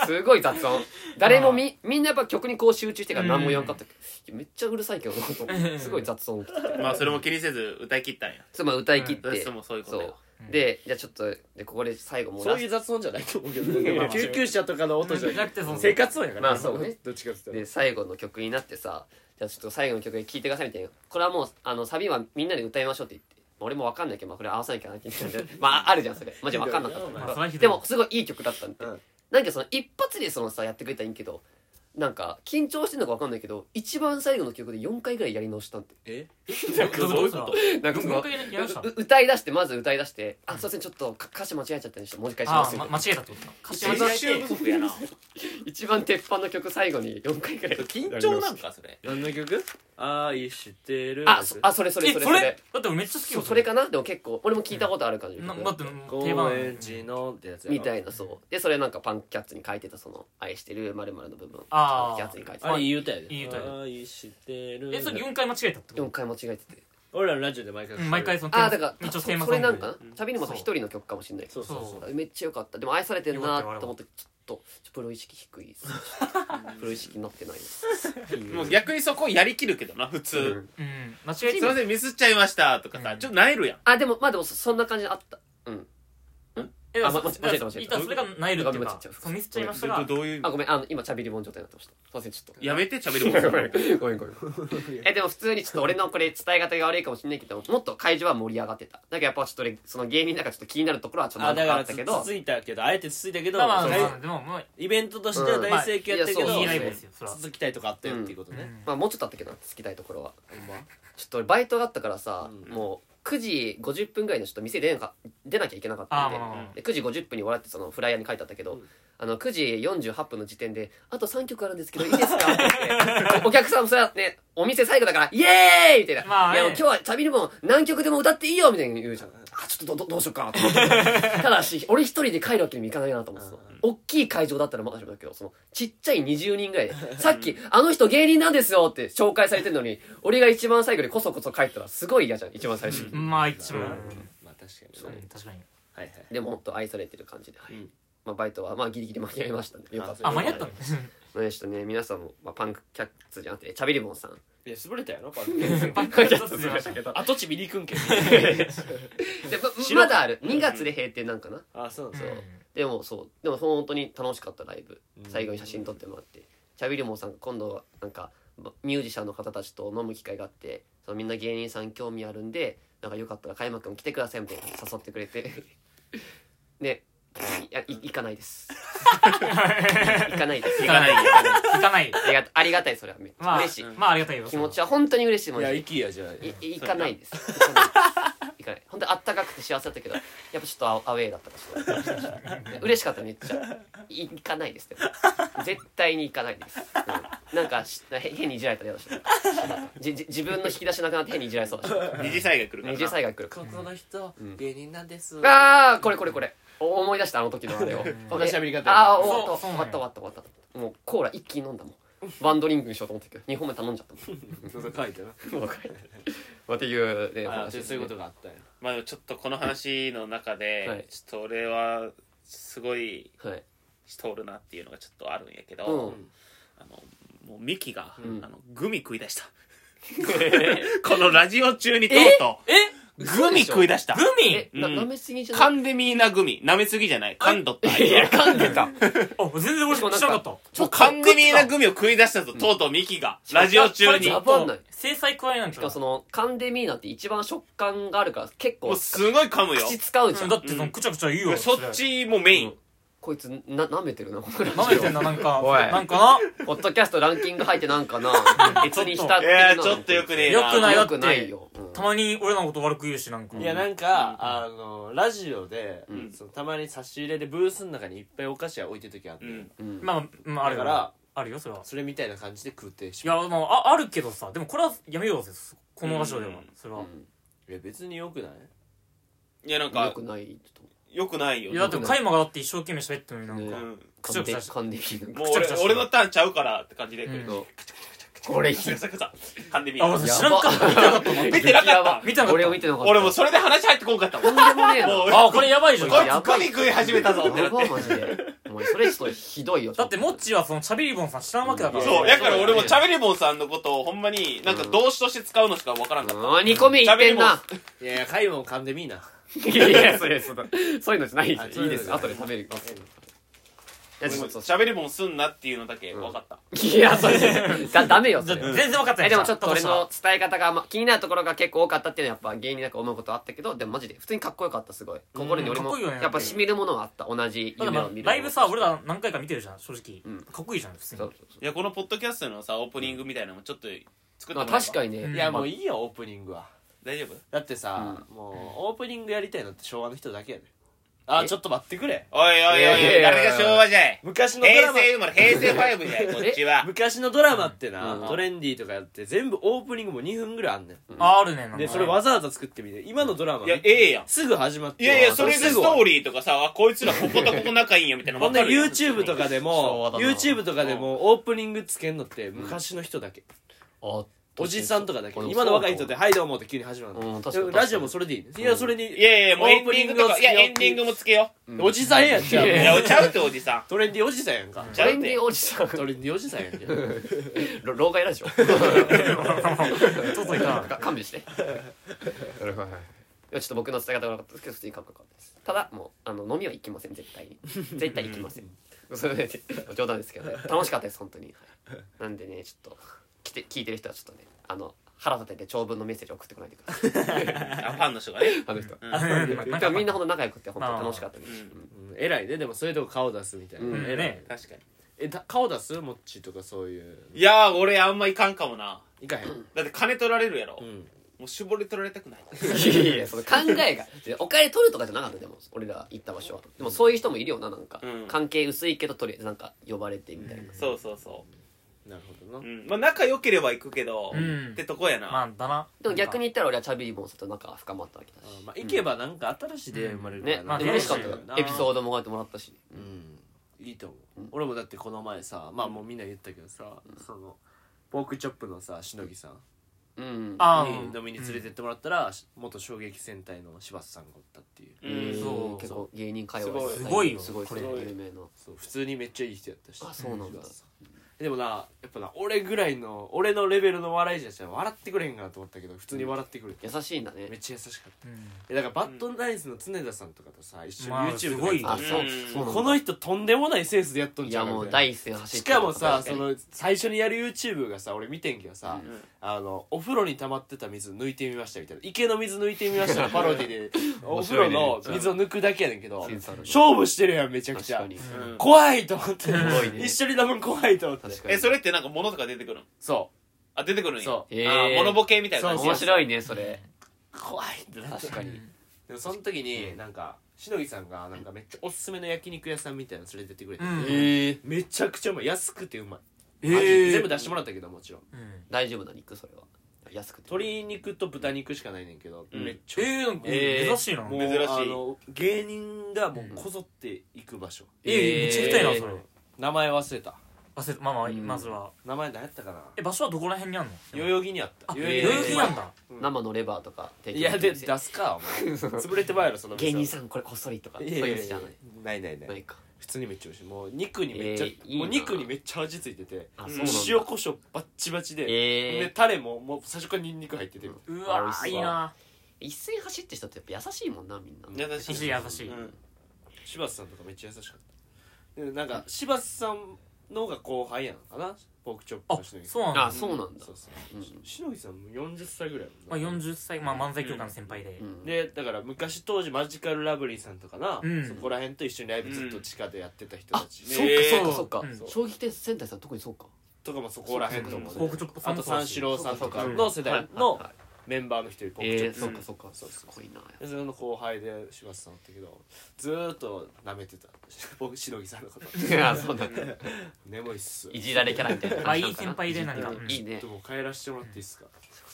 Speaker 4: すごい雑音誰もみみんなやっぱ曲にこう集中してから何も言わんかったけど、いやめっちゃうるさいけどなと思ってすごい雑音
Speaker 2: まあそれも気にせず歌い切ったんや
Speaker 4: つまり歌い切って、
Speaker 2: うんそうそういうことよ
Speaker 4: そうでじゃあちょっとでここで最後も
Speaker 5: そう
Speaker 4: ラス
Speaker 5: いう雑音じゃないと思うけどね
Speaker 3: まあ
Speaker 5: 救急車とかの音じゃ
Speaker 3: じゃ
Speaker 5: な
Speaker 3: なくてそ
Speaker 5: く
Speaker 3: の
Speaker 5: 生活音やから
Speaker 4: まあそうね
Speaker 5: どっちかって
Speaker 4: ト
Speaker 5: 言
Speaker 4: で最後の曲になってさじゃあちょっと最後の曲で聴いてくださいみたいなこれはもうあのサビはみんなで歌いましょうって言って俺もわかん ないけど、まあ、これ合わさなきゃなってまああるじゃんそれマジわかんなかっ
Speaker 5: ひどいなお前
Speaker 3: まあそ
Speaker 4: た
Speaker 3: れは
Speaker 4: け
Speaker 3: ひ
Speaker 4: どで
Speaker 3: どい
Speaker 4: もすごいいい曲だったんで、
Speaker 5: うん
Speaker 4: なんかその一発でそのさやってくれたらいいんけどなんか緊張してんのか分かんないけど一番最後の記憶で4回ぐらいやり直した んて
Speaker 5: え
Speaker 2: どういうこと
Speaker 4: なんかそ
Speaker 3: も
Speaker 4: の
Speaker 3: う一回やりました
Speaker 4: う歌い出してまず歌い出して「あすいませんちょっと歌詞間違えちゃったんでちょっともう一回しま
Speaker 3: あ
Speaker 4: す」み
Speaker 3: ー
Speaker 4: た
Speaker 3: ま
Speaker 4: いな
Speaker 3: 間違えたってことか歌詞間
Speaker 2: 練
Speaker 3: 違
Speaker 2: 習
Speaker 3: え
Speaker 2: 不
Speaker 3: て
Speaker 2: 足やな
Speaker 4: 一番鉄板の曲最後に4回 ぐらい
Speaker 2: 緊張なんかそれ
Speaker 5: 何の曲愛してる
Speaker 4: あそあそれそれ
Speaker 3: え
Speaker 4: それ
Speaker 3: そ
Speaker 4: それ
Speaker 3: れだって俺めっちゃ好き
Speaker 4: そ
Speaker 3: よ
Speaker 4: うそれかなでも結構俺も聞いたことある感じの
Speaker 3: な
Speaker 4: 曲
Speaker 3: だって定
Speaker 5: 高
Speaker 3: 番
Speaker 5: 円寺のってやつやろ
Speaker 4: みたいなそうでそれなんかパンキャッツに書いてたその「愛してるまるの部分パン
Speaker 3: あ
Speaker 4: キャッ
Speaker 3: あ
Speaker 4: ツに書いて
Speaker 5: あ
Speaker 4: た
Speaker 5: れいい歌やで
Speaker 3: いい歌やで
Speaker 5: 愛してる
Speaker 3: えそれ4回間違えたってこ
Speaker 4: 4回間違えてて
Speaker 5: 俺らのラジオで毎回
Speaker 3: とうん毎回その
Speaker 4: ああだから
Speaker 3: 一応
Speaker 4: そ
Speaker 3: テー
Speaker 4: そ
Speaker 3: マソ
Speaker 4: れ
Speaker 3: ング
Speaker 4: なんかな旅にもさ
Speaker 3: そう
Speaker 4: 一人の曲かもしれない
Speaker 5: そうそうそう
Speaker 3: そ
Speaker 4: めっちゃ良かったでも愛されてるな
Speaker 3: よかったよ
Speaker 4: と思ってちょっとちょプロ意識低いです プロ意識になってないです
Speaker 2: もう逆にそこやりきるけどな普通
Speaker 3: うん間違
Speaker 2: す
Speaker 3: え
Speaker 2: い
Speaker 3: た
Speaker 2: ませんミスっちゃいましたとか
Speaker 3: う
Speaker 2: さ
Speaker 3: ん
Speaker 2: ちょっとなえるやん
Speaker 4: あでもまあでもそそんな感じであったうん
Speaker 3: え
Speaker 4: あ
Speaker 3: そ
Speaker 4: ま間違えた間違えた
Speaker 3: いやそれがナイルってい
Speaker 4: ごめん
Speaker 3: う
Speaker 4: 間違
Speaker 3: か
Speaker 4: えちゃう
Speaker 3: そうミスっちゃいました
Speaker 2: ど
Speaker 3: が
Speaker 2: どういう
Speaker 4: あごめんあの今チャビリボン状態になってましたすいませんちょっと
Speaker 2: やめて喋 るもん
Speaker 4: ごめんごめん えでも普通にちょっと俺のこれ伝え方が悪いかもしれないけどもっと会場は盛り上がってただけどやっぱちょっと俺その芸人だからちょっと気になるところはちょっと
Speaker 5: あ
Speaker 4: な
Speaker 5: だ
Speaker 4: んか
Speaker 5: か
Speaker 4: あ
Speaker 5: ら
Speaker 4: った
Speaker 5: つ
Speaker 4: けど
Speaker 5: ついたけどあえてつついたけど
Speaker 3: まあまあまあ
Speaker 5: 大
Speaker 3: まあでもまあ
Speaker 5: イベントとしては大盛況やったけ
Speaker 4: うんまあ
Speaker 5: ど
Speaker 4: い
Speaker 3: い
Speaker 4: やそう
Speaker 3: いライブですよそれは
Speaker 5: 続きたいとかあったよっていうことね
Speaker 4: まあもうちょっとあったけどつきたいところは
Speaker 5: ほんま
Speaker 4: ちょっと俺バイトがあったからさ、
Speaker 5: うん
Speaker 4: もう9時50分ぐらいのちょっと店出なか出なきゃいけなかったんで
Speaker 3: あーまあまあまあ
Speaker 4: で9時50分に終わらってそのフライヤーに書いてあったけど、
Speaker 5: うん
Speaker 4: あの9時48分の時点で「あと3曲あるん ですけどいいですか?」って言ってお客さんもそれはねお店最後だから「イエーイ!」みたいな「
Speaker 3: まあね
Speaker 4: いや今日は旅にも何曲でも歌っていいよ」みたいに言うじゃん。あちょっとどどどうしようかなと思ってただし俺一人で帰るわけにもいかないなと思ってさ大きい会場だったらまだしもだけどそのちっちゃい20人ぐらいでさっき「あの人芸人なんですよ」って紹介されてるのに俺が一番最後にこそこそ帰ったらすごい嫌じゃん一番最初に
Speaker 3: まあ一番
Speaker 5: まあ確か
Speaker 3: う
Speaker 5: にね
Speaker 3: ん確かに
Speaker 5: はいはい
Speaker 4: でも本当愛されてる感じで、はい
Speaker 5: うん
Speaker 4: まあ、バイトはまあギリギリ間に合いましたんでよかった
Speaker 3: あ間に合ったの
Speaker 4: 間に合いましたね皆さんも、まあ、パンクキャッツじゃなくてチャビリボンさん
Speaker 5: いや潰れたやろパン
Speaker 3: パンクキャッツ出ました
Speaker 5: 跡地見に行 くんけ
Speaker 4: でままだある2月で閉店なんかな
Speaker 5: あそうなん
Speaker 4: そ
Speaker 5: だ
Speaker 4: う
Speaker 3: うん
Speaker 4: でもそうでも本当に楽しかったライブ
Speaker 5: うん
Speaker 4: 最後に写真撮ってもらってチャビリモンさんが今度はなんかまミュージシャンの方たちと飲む機会があってそのみんな芸人さん興味あるんでなんかよかったら加山君来てくださいみたいな誘ってくれて ねいやい行かないです行かないです
Speaker 3: 行かな
Speaker 4: 行かな
Speaker 3: い
Speaker 4: い
Speaker 3: 行かない
Speaker 4: ありがたありがたいそれはめっち
Speaker 3: ま
Speaker 4: ゃ
Speaker 3: あ
Speaker 4: 嬉しい、
Speaker 3: まあありがたいよ
Speaker 4: 気持ちは本当に嬉しいも
Speaker 5: い
Speaker 4: ん
Speaker 5: や
Speaker 4: い
Speaker 5: 行きやじゃあ
Speaker 4: 行かないです行かない行かない本当にあったかくて幸せだったけどやっぱちょっとアアウェーだったからちょっと嬉しかっためっちゃい行かないですでも絶対に行かないです、うんなんかしへ変にいじられたら嫌だしじじ自分の引き出しなくなって変にいじられそうだし
Speaker 2: 二次災害来るから
Speaker 4: 二
Speaker 2: な
Speaker 4: 次災害来るか
Speaker 5: ここの人
Speaker 4: ん
Speaker 5: 芸人なんです
Speaker 4: ああこれこれこれお思い出したあの時のあれを
Speaker 5: こんな喋り方
Speaker 4: ああ
Speaker 3: そう
Speaker 4: 終わった
Speaker 3: そう
Speaker 4: 終
Speaker 3: な
Speaker 4: わ
Speaker 3: んや
Speaker 4: った終わった終わったもうコーラ一気に飲んだもんワンドリンクにしようと思ったけど2本目頼んじゃったもん
Speaker 5: そうそう書いてな
Speaker 4: まあっていうね
Speaker 5: あ
Speaker 4: 話
Speaker 5: で
Speaker 4: です
Speaker 5: そう
Speaker 4: ね
Speaker 5: いうことがあったんや
Speaker 2: まあちょっとこの話の中
Speaker 4: はい
Speaker 2: でちょっと俺はすごい
Speaker 4: はい
Speaker 2: 人おるなっていうのがちょっとあるんやけど、
Speaker 4: うん
Speaker 2: あのもうミキが、
Speaker 4: ん
Speaker 2: あのグミ食い出したこのラジオ中にとうと
Speaker 3: え
Speaker 2: うグミ食い出した
Speaker 3: グミ
Speaker 4: えな
Speaker 2: うん
Speaker 4: 舐めすぎじゃな
Speaker 2: 噛
Speaker 4: い
Speaker 2: んでみーなグミ舐めすぎじゃない噛んどった
Speaker 4: いや噛んでた
Speaker 3: あ全然俺知らなかった
Speaker 4: ち
Speaker 2: もう噛んでみーなグミを食い出したと、とうとうミキがラジオ中に
Speaker 4: や
Speaker 2: も
Speaker 4: ばない
Speaker 3: 制裁加えなん
Speaker 4: してかもその噛んでみーなって一番食感があるから結構
Speaker 2: うすごい噛むよ
Speaker 4: 口使うじゃん、
Speaker 3: だってそのくちゃくちゃ言うよ
Speaker 2: そっちもメイン、
Speaker 4: こいつな舐めてるなこの
Speaker 3: 舐めてんななんか
Speaker 4: おい
Speaker 3: なんか
Speaker 4: ポッドキャストランキング入ってなんかな別にした
Speaker 2: いやーちょっとよくねえな
Speaker 3: よくない
Speaker 4: よくないよ、うん
Speaker 3: なたまに俺らのこと悪く言うしなんか
Speaker 5: いやなんか、あのラジオで、
Speaker 4: ん
Speaker 5: そのたまに差し入れでブースの中にいっぱいお菓子が置いてる時あって、
Speaker 2: うん
Speaker 4: うん
Speaker 3: まあまあある
Speaker 5: だ
Speaker 3: か
Speaker 5: から
Speaker 3: らあるよそれは
Speaker 5: それみたいな感じで食ってし
Speaker 3: い
Speaker 5: ま
Speaker 3: や
Speaker 5: う
Speaker 3: まあああるけどさでもこれはやめようぜこのラジオでは
Speaker 2: うん
Speaker 3: それ
Speaker 4: う
Speaker 3: は
Speaker 4: ん
Speaker 5: いや別によくない
Speaker 2: いやなん
Speaker 4: よ
Speaker 2: か
Speaker 4: くないと
Speaker 2: よくないよ
Speaker 3: いやだってカイマがだって一生懸命喋ってるのにな
Speaker 2: うんん
Speaker 3: かく
Speaker 4: 思
Speaker 3: ちゃ
Speaker 4: う
Speaker 3: くちゃ
Speaker 4: 噛んで噛んでみー
Speaker 2: もう俺
Speaker 3: くちゃくちゃしてる
Speaker 2: 俺のターンちゃうからって感じで、
Speaker 3: う ん
Speaker 4: なこれ
Speaker 2: カサカサカサ噛んでみー
Speaker 3: あ
Speaker 2: な
Speaker 3: 俺知らんかった見てなかった
Speaker 2: 見てなか
Speaker 4: や
Speaker 2: った
Speaker 4: ば
Speaker 3: 見てなか った
Speaker 4: 俺を見てなかっ た
Speaker 2: 俺もうそれで話入ってこんかったもん
Speaker 4: とんでもねえな
Speaker 2: もう
Speaker 3: あこれやばいじゃん
Speaker 2: こ
Speaker 4: や
Speaker 2: いつ
Speaker 4: ば
Speaker 2: グ
Speaker 4: い
Speaker 2: ミ食い始め たぞってな
Speaker 4: や
Speaker 2: って
Speaker 4: ばマジでお前それちょっとひどいよ
Speaker 3: だってモッチーはそのチャビリボンさん知らんわけだから
Speaker 2: そう、やから俺も
Speaker 4: ち
Speaker 2: チャベリボンさんのことをほんまになんか動詞として使うのしかわからんかった。
Speaker 4: 2個目いってんない
Speaker 5: やいや貝も噛んでみいない
Speaker 4: やいやそれそうだそういうのじゃない
Speaker 5: あ
Speaker 4: です
Speaker 5: そう
Speaker 4: い
Speaker 5: い
Speaker 4: い
Speaker 5: のじ
Speaker 4: うです
Speaker 5: ゃない
Speaker 4: 後で食べるや
Speaker 2: 俺も
Speaker 4: そう
Speaker 2: 喋りもんすんなっていうのだけ分かった。
Speaker 4: いやそ れだダメよそれ
Speaker 3: 全然分かってない
Speaker 4: えでもちょっと俺
Speaker 3: だしたら
Speaker 4: の伝え方が、ま、気になるところが結構多かったっていうのはやっぱ芸人なんか思うことあったけどでもマジで普通にかっこよかったすごい心に俺
Speaker 3: かっ
Speaker 4: も
Speaker 3: こいいよね
Speaker 4: やっぱしみるものはあった同じ
Speaker 3: だって
Speaker 4: 夢
Speaker 3: まあ
Speaker 4: を見る
Speaker 3: ライブさ俺ら何回か見てるじゃん正直、
Speaker 4: うん
Speaker 3: かっこいいじゃん普通に
Speaker 4: そうそう
Speaker 2: いや、このポッドキャストのさ、オープニングみたいなのもちょっと作って
Speaker 4: そうまあ
Speaker 2: もらえば
Speaker 4: 確かに
Speaker 3: うん
Speaker 4: ね
Speaker 1: いやもういいよオープニングは
Speaker 2: 大丈夫
Speaker 1: だってさ、もうオープニングやりたいのって昭和の人だけやねあ
Speaker 4: え
Speaker 1: ちょっと待ってくれ
Speaker 2: おいおいおい
Speaker 4: いやいやい
Speaker 2: おい、
Speaker 4: や
Speaker 2: 誰が昭和じゃ い
Speaker 1: 昔のドラマ
Speaker 2: 平成生まれ、平成ファイブじゃい、こっちは。
Speaker 1: 昔のドラマってな、
Speaker 4: うん
Speaker 1: トレンディーとかやって全部オープニングも2分ぐらいあんねん、
Speaker 3: ああるねなんか
Speaker 1: でそれわざわざ作ってみて今のドラマ
Speaker 2: いや、ええやん。
Speaker 1: すぐ始まって
Speaker 2: いやいや、それですス
Speaker 1: ぐ
Speaker 2: ト
Speaker 1: 終わる
Speaker 2: ーリーとかさ、あ、こいつらこことここ仲いいんやみたいな
Speaker 1: ほ
Speaker 2: の
Speaker 1: ん
Speaker 2: 分
Speaker 1: で
Speaker 2: か るやん
Speaker 1: YouTube とかで
Speaker 4: 昭
Speaker 1: も
Speaker 4: 和だな
Speaker 1: YouTube とかでもオープニングつけんのって昔の人だけ、
Speaker 4: あ
Speaker 1: おじさんとかだけ
Speaker 4: 俺もそう
Speaker 1: 今の若い人って「はいどうも」って急に始まるの
Speaker 4: うん確かに
Speaker 1: ラジオもそれでいいねいやそれに
Speaker 2: いやいや、もうエンディングと
Speaker 1: オー
Speaker 2: か、
Speaker 1: プ
Speaker 2: い
Speaker 1: ニングをつけよう
Speaker 2: や、エンディングもつけよ
Speaker 1: うんおじさんやんじゃあ
Speaker 2: う。いや、ちゃうっておじさん。
Speaker 1: トレンディおじさんやんか
Speaker 2: ち
Speaker 4: ト
Speaker 2: ゃ
Speaker 4: レ
Speaker 2: うっ
Speaker 4: ンデ
Speaker 2: て
Speaker 4: ィ。おじさ ん
Speaker 1: トレンディおじさんやんじゃん
Speaker 4: ろ老害ラジオ
Speaker 3: ちょっといかん
Speaker 4: か勘弁していやちょっと僕の伝え方が悪かったですけど普通にかっこよかったですただもうあの飲みは行きません絶対に絶対行きませんそれで冗談ですけどね楽しかったです本当にはいなんでねちょっと来て聞いてる人はちょっとねあの腹立てて長文のメッセージ送ってこないでください
Speaker 2: あ、ファンの人がね。
Speaker 4: あの人は
Speaker 3: なんか
Speaker 4: みんなほんと仲良くて本当楽しかったですし、
Speaker 2: ま
Speaker 4: うん
Speaker 1: うん偉いねでもそういうとこ顔出すみたいな、
Speaker 4: うん
Speaker 1: 偉い
Speaker 3: ね
Speaker 2: 確かに。
Speaker 1: えた顔出すもっちーとかそういう
Speaker 2: いやー、俺あんまいかんかもな。
Speaker 1: いかへん
Speaker 2: だって金取られるやろ。
Speaker 1: ん
Speaker 2: もう絞り取られたくない。
Speaker 4: いやいやその考えがお金取るとかじゃなかったでも俺ら行った場所はでもそういう人もいるよななんか、
Speaker 2: うん
Speaker 4: 関係薄いけどとりあえずなんか呼ばれてみたいな、
Speaker 2: そうそうそ
Speaker 1: なるほど
Speaker 2: う。う。
Speaker 1: なん
Speaker 2: まあ仲良ければ行くけど、
Speaker 3: うん
Speaker 2: ってとこやな。
Speaker 3: まあだな
Speaker 4: でも逆に言ったら俺はチャビリボンさんと仲が深まったわけだ
Speaker 1: あ
Speaker 4: し、
Speaker 1: ーまあ行けばなんか新しい出会い生まれるから
Speaker 4: ね、
Speaker 1: な、
Speaker 3: うん
Speaker 4: で
Speaker 3: まあ
Speaker 4: 嬉しかっ
Speaker 3: 嬉しい
Speaker 4: たよ
Speaker 3: よ
Speaker 4: エピソードもらってもらったし、
Speaker 1: うんいいと思う、俺もだってこの前さまあもうみんな言ったけどさ、そのポークチョップのさしのぎさん
Speaker 4: うん、
Speaker 3: ああ
Speaker 1: に飲みに連れてってもらったら、元衝撃戦隊の柴田さんがおったっていう、
Speaker 2: う
Speaker 4: う
Speaker 2: ん。
Speaker 4: ん
Speaker 3: そう
Speaker 4: 結構芸人界隈
Speaker 1: す
Speaker 3: ごい
Speaker 4: すごい
Speaker 3: す
Speaker 4: すご
Speaker 3: ごい
Speaker 4: い
Speaker 3: よこれ
Speaker 4: 有名な
Speaker 1: そう普通にめっちゃいい人やったし
Speaker 4: あそうなんだ
Speaker 1: 柴田さでもなやっぱな俺ぐらいの俺のレベルの笑いじゃしたら笑ってくれへんかなと思ったけど普通に笑ってくれて、
Speaker 4: 優しいんだね
Speaker 1: めっちゃ優しかった
Speaker 3: うん
Speaker 1: えだからバッドナイスの常田さんとかとさ一緒に
Speaker 3: まあ
Speaker 1: YouTube
Speaker 3: すごい
Speaker 1: とかや
Speaker 4: あ
Speaker 1: って
Speaker 4: そう
Speaker 2: うん
Speaker 4: そう
Speaker 1: た
Speaker 4: なんだ
Speaker 1: この人とんでもないセンスでやっとん
Speaker 4: い
Speaker 1: じゃ
Speaker 4: や
Speaker 1: ん
Speaker 4: もう 第一線走っ
Speaker 1: してかもさ
Speaker 4: 確
Speaker 1: そ
Speaker 4: に
Speaker 1: の最初にやる YouTube がさ俺見てんけどさ、
Speaker 2: うん
Speaker 1: あのお風呂に溜まってた水抜いてみましたみたいな池の水抜いてみましたのパロディ でお風呂の水を抜くだけやねんけど、
Speaker 4: センスあるね
Speaker 1: 勝負してるやんめちゃく
Speaker 4: 確
Speaker 1: ちゃ
Speaker 4: かに
Speaker 2: うん
Speaker 1: 怖いと思って、
Speaker 4: ごい ね
Speaker 1: 一緒に飲むの怖いと思って
Speaker 4: 確かに
Speaker 2: え、それってなんか物とか出てくるの
Speaker 1: そ
Speaker 2: あ、出てくるん
Speaker 1: う
Speaker 2: や。
Speaker 1: そう
Speaker 4: え
Speaker 2: あ
Speaker 4: ー、
Speaker 2: モノボケみたいな感じ
Speaker 4: 面白いねそれ
Speaker 1: 怖いってなって
Speaker 4: 確かに
Speaker 1: でもその時になんかしのぎさんがなんかめっちゃおすすめの焼肉屋さんみたいなの連れてってくれて、
Speaker 3: うん
Speaker 4: ええ
Speaker 1: めちゃくちゃうまい安くてうまい、
Speaker 3: え
Speaker 1: 味
Speaker 3: ー
Speaker 1: 全部出してもらったけどもちろん
Speaker 3: うん
Speaker 4: 大丈夫な肉それは安くて
Speaker 1: 鶏肉と豚肉しかないねんけど、
Speaker 2: うん
Speaker 1: めっちゃ
Speaker 3: えー
Speaker 4: えー
Speaker 3: 珍しいな
Speaker 1: もう
Speaker 2: 珍しい
Speaker 1: あの芸人がもうこぞって行く場所、
Speaker 3: えーめっちゃ行きたいなそれ
Speaker 1: 名前忘れた
Speaker 3: 忘れまあまあ
Speaker 4: うん
Speaker 3: まずは
Speaker 1: 名前何やったかな
Speaker 3: え場所はどこら辺にあんの
Speaker 1: 代々木にあった
Speaker 3: あ
Speaker 1: 代
Speaker 3: 代
Speaker 1: 々
Speaker 3: 々木なんだ
Speaker 4: 生のレバーとか提
Speaker 1: いやで出
Speaker 4: す
Speaker 1: すかお前潰れてまうやろその
Speaker 4: 芸人
Speaker 1: さ
Speaker 4: さんこれこっそりとかそう
Speaker 1: いやいや
Speaker 4: いうやつ
Speaker 1: い
Speaker 4: じゃ
Speaker 1: や
Speaker 4: ない
Speaker 1: ないないな
Speaker 4: ないいか
Speaker 1: 普通にめっちゃ美味しいもう肉にめっちゃ、
Speaker 4: えーいいな
Speaker 1: もう肉にめっちゃ味ついてて
Speaker 4: あ
Speaker 2: ん
Speaker 4: そうなんだ
Speaker 1: 塩コショウバッチバチで、
Speaker 4: えー
Speaker 1: でタレももう最初からニンニク入ってて、
Speaker 3: う
Speaker 4: あ美
Speaker 3: わ
Speaker 4: 味しそう
Speaker 3: いいな
Speaker 4: 一線走って人ってやっぱ優しいもんなみんな
Speaker 2: 優し
Speaker 3: 優しい
Speaker 2: い。
Speaker 3: 優しい
Speaker 2: うん
Speaker 1: 柴田さんとかめっちゃ優しかったでなんか柴田さんの方が後輩やんかなポークチョップ
Speaker 3: あ
Speaker 1: の人に
Speaker 3: そうなんだ
Speaker 4: あそうなんだ
Speaker 1: そうそう
Speaker 4: うん
Speaker 1: しのぎさんも40歳ぐらい
Speaker 3: まあ
Speaker 1: やもんな
Speaker 3: 40歳まあ漫才協会の先輩で
Speaker 4: うん
Speaker 1: でだから昔当時マジカルラブリーさんとかな、
Speaker 3: うん
Speaker 1: そこら辺と一緒にライブずっと地下でやってた人たち、
Speaker 4: そっ
Speaker 2: えー
Speaker 4: かそっか
Speaker 3: うん
Speaker 4: そっか将棋店仙台さん特にそうか
Speaker 1: とかもそこら辺とかも
Speaker 3: ポークチョップさ
Speaker 1: あ
Speaker 3: ん
Speaker 1: と
Speaker 3: もそう
Speaker 1: 三
Speaker 3: だし
Speaker 1: 四郎さんとか
Speaker 3: そうそう
Speaker 1: の世代の
Speaker 4: はいはいはい
Speaker 1: メンバーの一人ポークチョッ
Speaker 4: えー
Speaker 1: プ
Speaker 4: そっかそっか
Speaker 1: そうそう
Speaker 4: すごいな
Speaker 1: でそれの後輩で柴田さんおったけどずーっと舐めてた 僕しのぎさんのこと
Speaker 4: いやそうなん だ
Speaker 1: 眠いっす
Speaker 4: いじられキャラみたいな感じなのかな
Speaker 3: あいい先輩でなんかうん
Speaker 4: いいね
Speaker 1: ちょっともう帰らせてもらっていいですか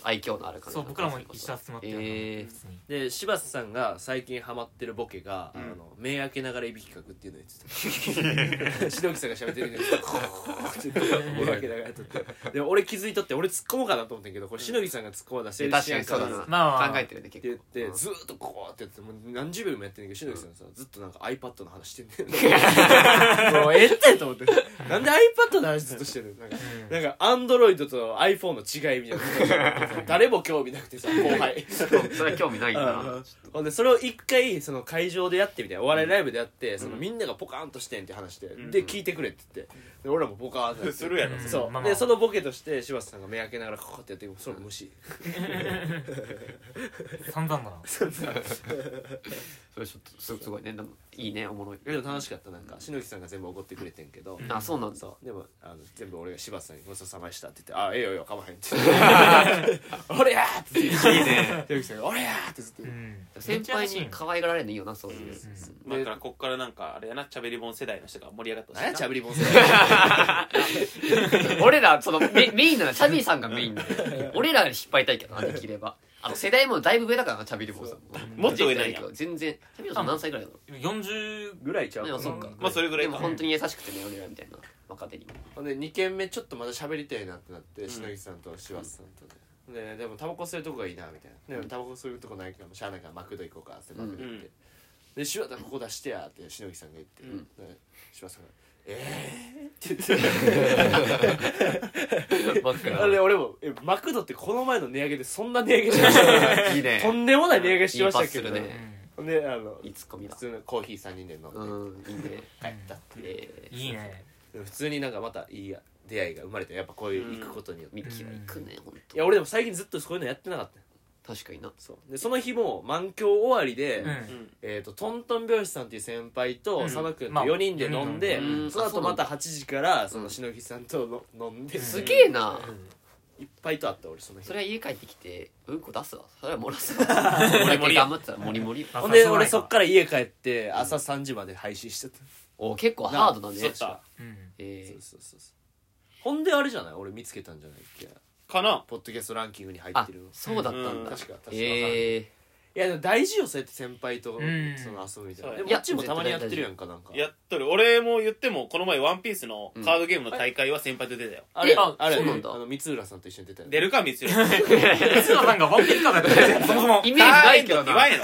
Speaker 4: 愛嬌のある感じ
Speaker 3: そう僕らも一緒に集まってるから
Speaker 4: え
Speaker 3: 別に
Speaker 1: で柴田さんが最近ハマってるボケが、
Speaker 2: ん
Speaker 1: あの目開けながらいびきかくっていうのを言 ってたしのぎさんが喋ってるけ どこうって目開けながらやっとって で俺気づいとって俺突っ込もうかなと思ったんやけどこれしのぎさんが突っ込まだ
Speaker 4: ー
Speaker 1: 成立
Speaker 4: 確
Speaker 1: し
Speaker 4: か
Speaker 1: やん
Speaker 4: に
Speaker 1: か
Speaker 4: そう
Speaker 1: ら
Speaker 4: だ
Speaker 1: って
Speaker 3: まあ
Speaker 4: な考えてるね
Speaker 1: 言っ
Speaker 4: 結
Speaker 1: て
Speaker 4: 構
Speaker 1: ずーっとこうってやってもう何十秒もやってんねんけどしのぎさんさずっとなんか iPad の話してんねんもうええってと思ってなんで iPad の話ずっとしてるのなんか
Speaker 3: うん
Speaker 1: なんか Android と iPhone の違いみたいな誰も興味なくてさ後輩
Speaker 4: それは興味ないんだ
Speaker 1: う
Speaker 4: なん
Speaker 1: ほんでそれを一回その会場でやってみたいなお笑いライブでやって、そのみんながポカーンとしてんって話で、で聞いてくれって言ってで俺らもポカーンってなって
Speaker 2: するやろ
Speaker 1: そう、
Speaker 3: まあまあ
Speaker 1: でそのボケとして柴田さんが目開けながらカカってやってそれも無視
Speaker 3: 散々だな
Speaker 4: それちょっとすすごいねでもいいねおもろい
Speaker 1: でも楽しかったなんか篠木さんが全部怒ってくれてんけど、
Speaker 4: あそうなんだ
Speaker 1: そうでもあの全部俺が柴田さんに「ごちそうさまでした」って言って「あええよええよかまへ ん」って言って「俺や!」って言って
Speaker 4: いいね
Speaker 1: 篠木さんが「俺や!」ってずっと
Speaker 3: う
Speaker 1: 言って
Speaker 3: ん
Speaker 4: 先輩に可愛がられるのいいよなそういう
Speaker 1: 「
Speaker 2: まあだからこっからなんかあれやなチャベリボン世代の人が盛り上がった
Speaker 1: 何やちゃ
Speaker 2: ベ
Speaker 1: ぶりぼんせ」「
Speaker 4: 俺らそのメメインならチャビーさんがメインなの俺ら引っ張りたいけどなできればあの世代もだいぶ上だからなチャビリボーさん
Speaker 2: もっと上なんや
Speaker 4: 全然チャビリボーさん何歳ぐらいなの
Speaker 3: 40
Speaker 1: ぐらいちゃう
Speaker 4: で
Speaker 1: かな
Speaker 4: もそっか
Speaker 2: まあそれぐらい
Speaker 4: で
Speaker 2: か
Speaker 4: も本当に優しくてね俺らみたいな若手にも
Speaker 1: ほんで2軒目ちょっとまだ喋りたいなってなって篠木さんと柴田さんとで、ででもタバコ吸えるとこがいいなみたいなでもタバコ吸えるとこないからもうしゃあないからマクド行こうかってマクド行って、
Speaker 2: うん
Speaker 1: で柴田ここ出してやって篠木さんが言って、で柴田さんが「ええー」って言ってあれ俺もえマクドってこの前の値上げでそんな値上げしました
Speaker 4: い いね
Speaker 1: とんでもない値上げしましたけ
Speaker 4: いい
Speaker 1: ど
Speaker 4: パスする
Speaker 3: う
Speaker 4: ね
Speaker 3: ん
Speaker 1: ほんであの
Speaker 4: いいツッコミ
Speaker 1: 普
Speaker 4: だ
Speaker 1: 通のコーヒー3人で飲んで、
Speaker 4: うんいいね
Speaker 1: 帰ったっていう
Speaker 4: えー
Speaker 3: いいね
Speaker 1: でも普通になんかまたいい出会いが生まれてやっぱこういう行くことによって、
Speaker 4: ミキは行くね本
Speaker 1: いや俺でも最近ずっとそういうのやってなかったよ
Speaker 4: 当確かにな
Speaker 1: そうでその日も満響終わりで、
Speaker 3: うん
Speaker 1: えー、とトントン拍子さんっていう先輩と
Speaker 3: うん
Speaker 1: 佐野君と
Speaker 3: まあ
Speaker 1: 4人で飲んで、
Speaker 3: うん
Speaker 4: うん
Speaker 1: その後また
Speaker 4: あ
Speaker 1: 8時からそのしのぎさんとの飲んで、
Speaker 3: うん
Speaker 1: す
Speaker 4: す
Speaker 1: げ
Speaker 4: げえな
Speaker 1: えいっぱいと会った俺その日
Speaker 4: それは家帰ってきてうんこ出すわそれは漏らすわ俺も頑張ってたらモリモリ
Speaker 3: あ
Speaker 1: ほんで
Speaker 3: さすがに
Speaker 1: 俺そっから家帰って朝3時まで配信してた、
Speaker 4: お結構ハードだ
Speaker 2: そ
Speaker 4: ね
Speaker 2: うか
Speaker 3: うん
Speaker 4: え
Speaker 1: そうそうそうそうほんであれじゃない俺見つけたんじゃないっけ
Speaker 2: かな
Speaker 1: ポッドキャストランキングに入
Speaker 4: ー
Speaker 1: っ
Speaker 4: あ
Speaker 1: てるの
Speaker 4: そうだったん
Speaker 2: うん
Speaker 4: だ
Speaker 1: 確か確か、い
Speaker 4: ええ
Speaker 1: やでも大事よそうやって先輩とその
Speaker 3: ん
Speaker 1: 遊ぶみたいな、
Speaker 2: そう
Speaker 1: でも
Speaker 2: や
Speaker 1: こっちもたまにやってるやんかなんか
Speaker 2: やっとる俺も言ってもこの前「ワンピースのカードゲームの大会は先輩と出たよ
Speaker 1: あれ
Speaker 4: えあ
Speaker 1: あれ
Speaker 4: そうなんだ
Speaker 1: あの光浦さんと一緒に出たよね
Speaker 2: 出るか光代イメ
Speaker 3: 須田さんがワンピースカードやってるそもそも
Speaker 4: イメージないけどな
Speaker 2: 言わんや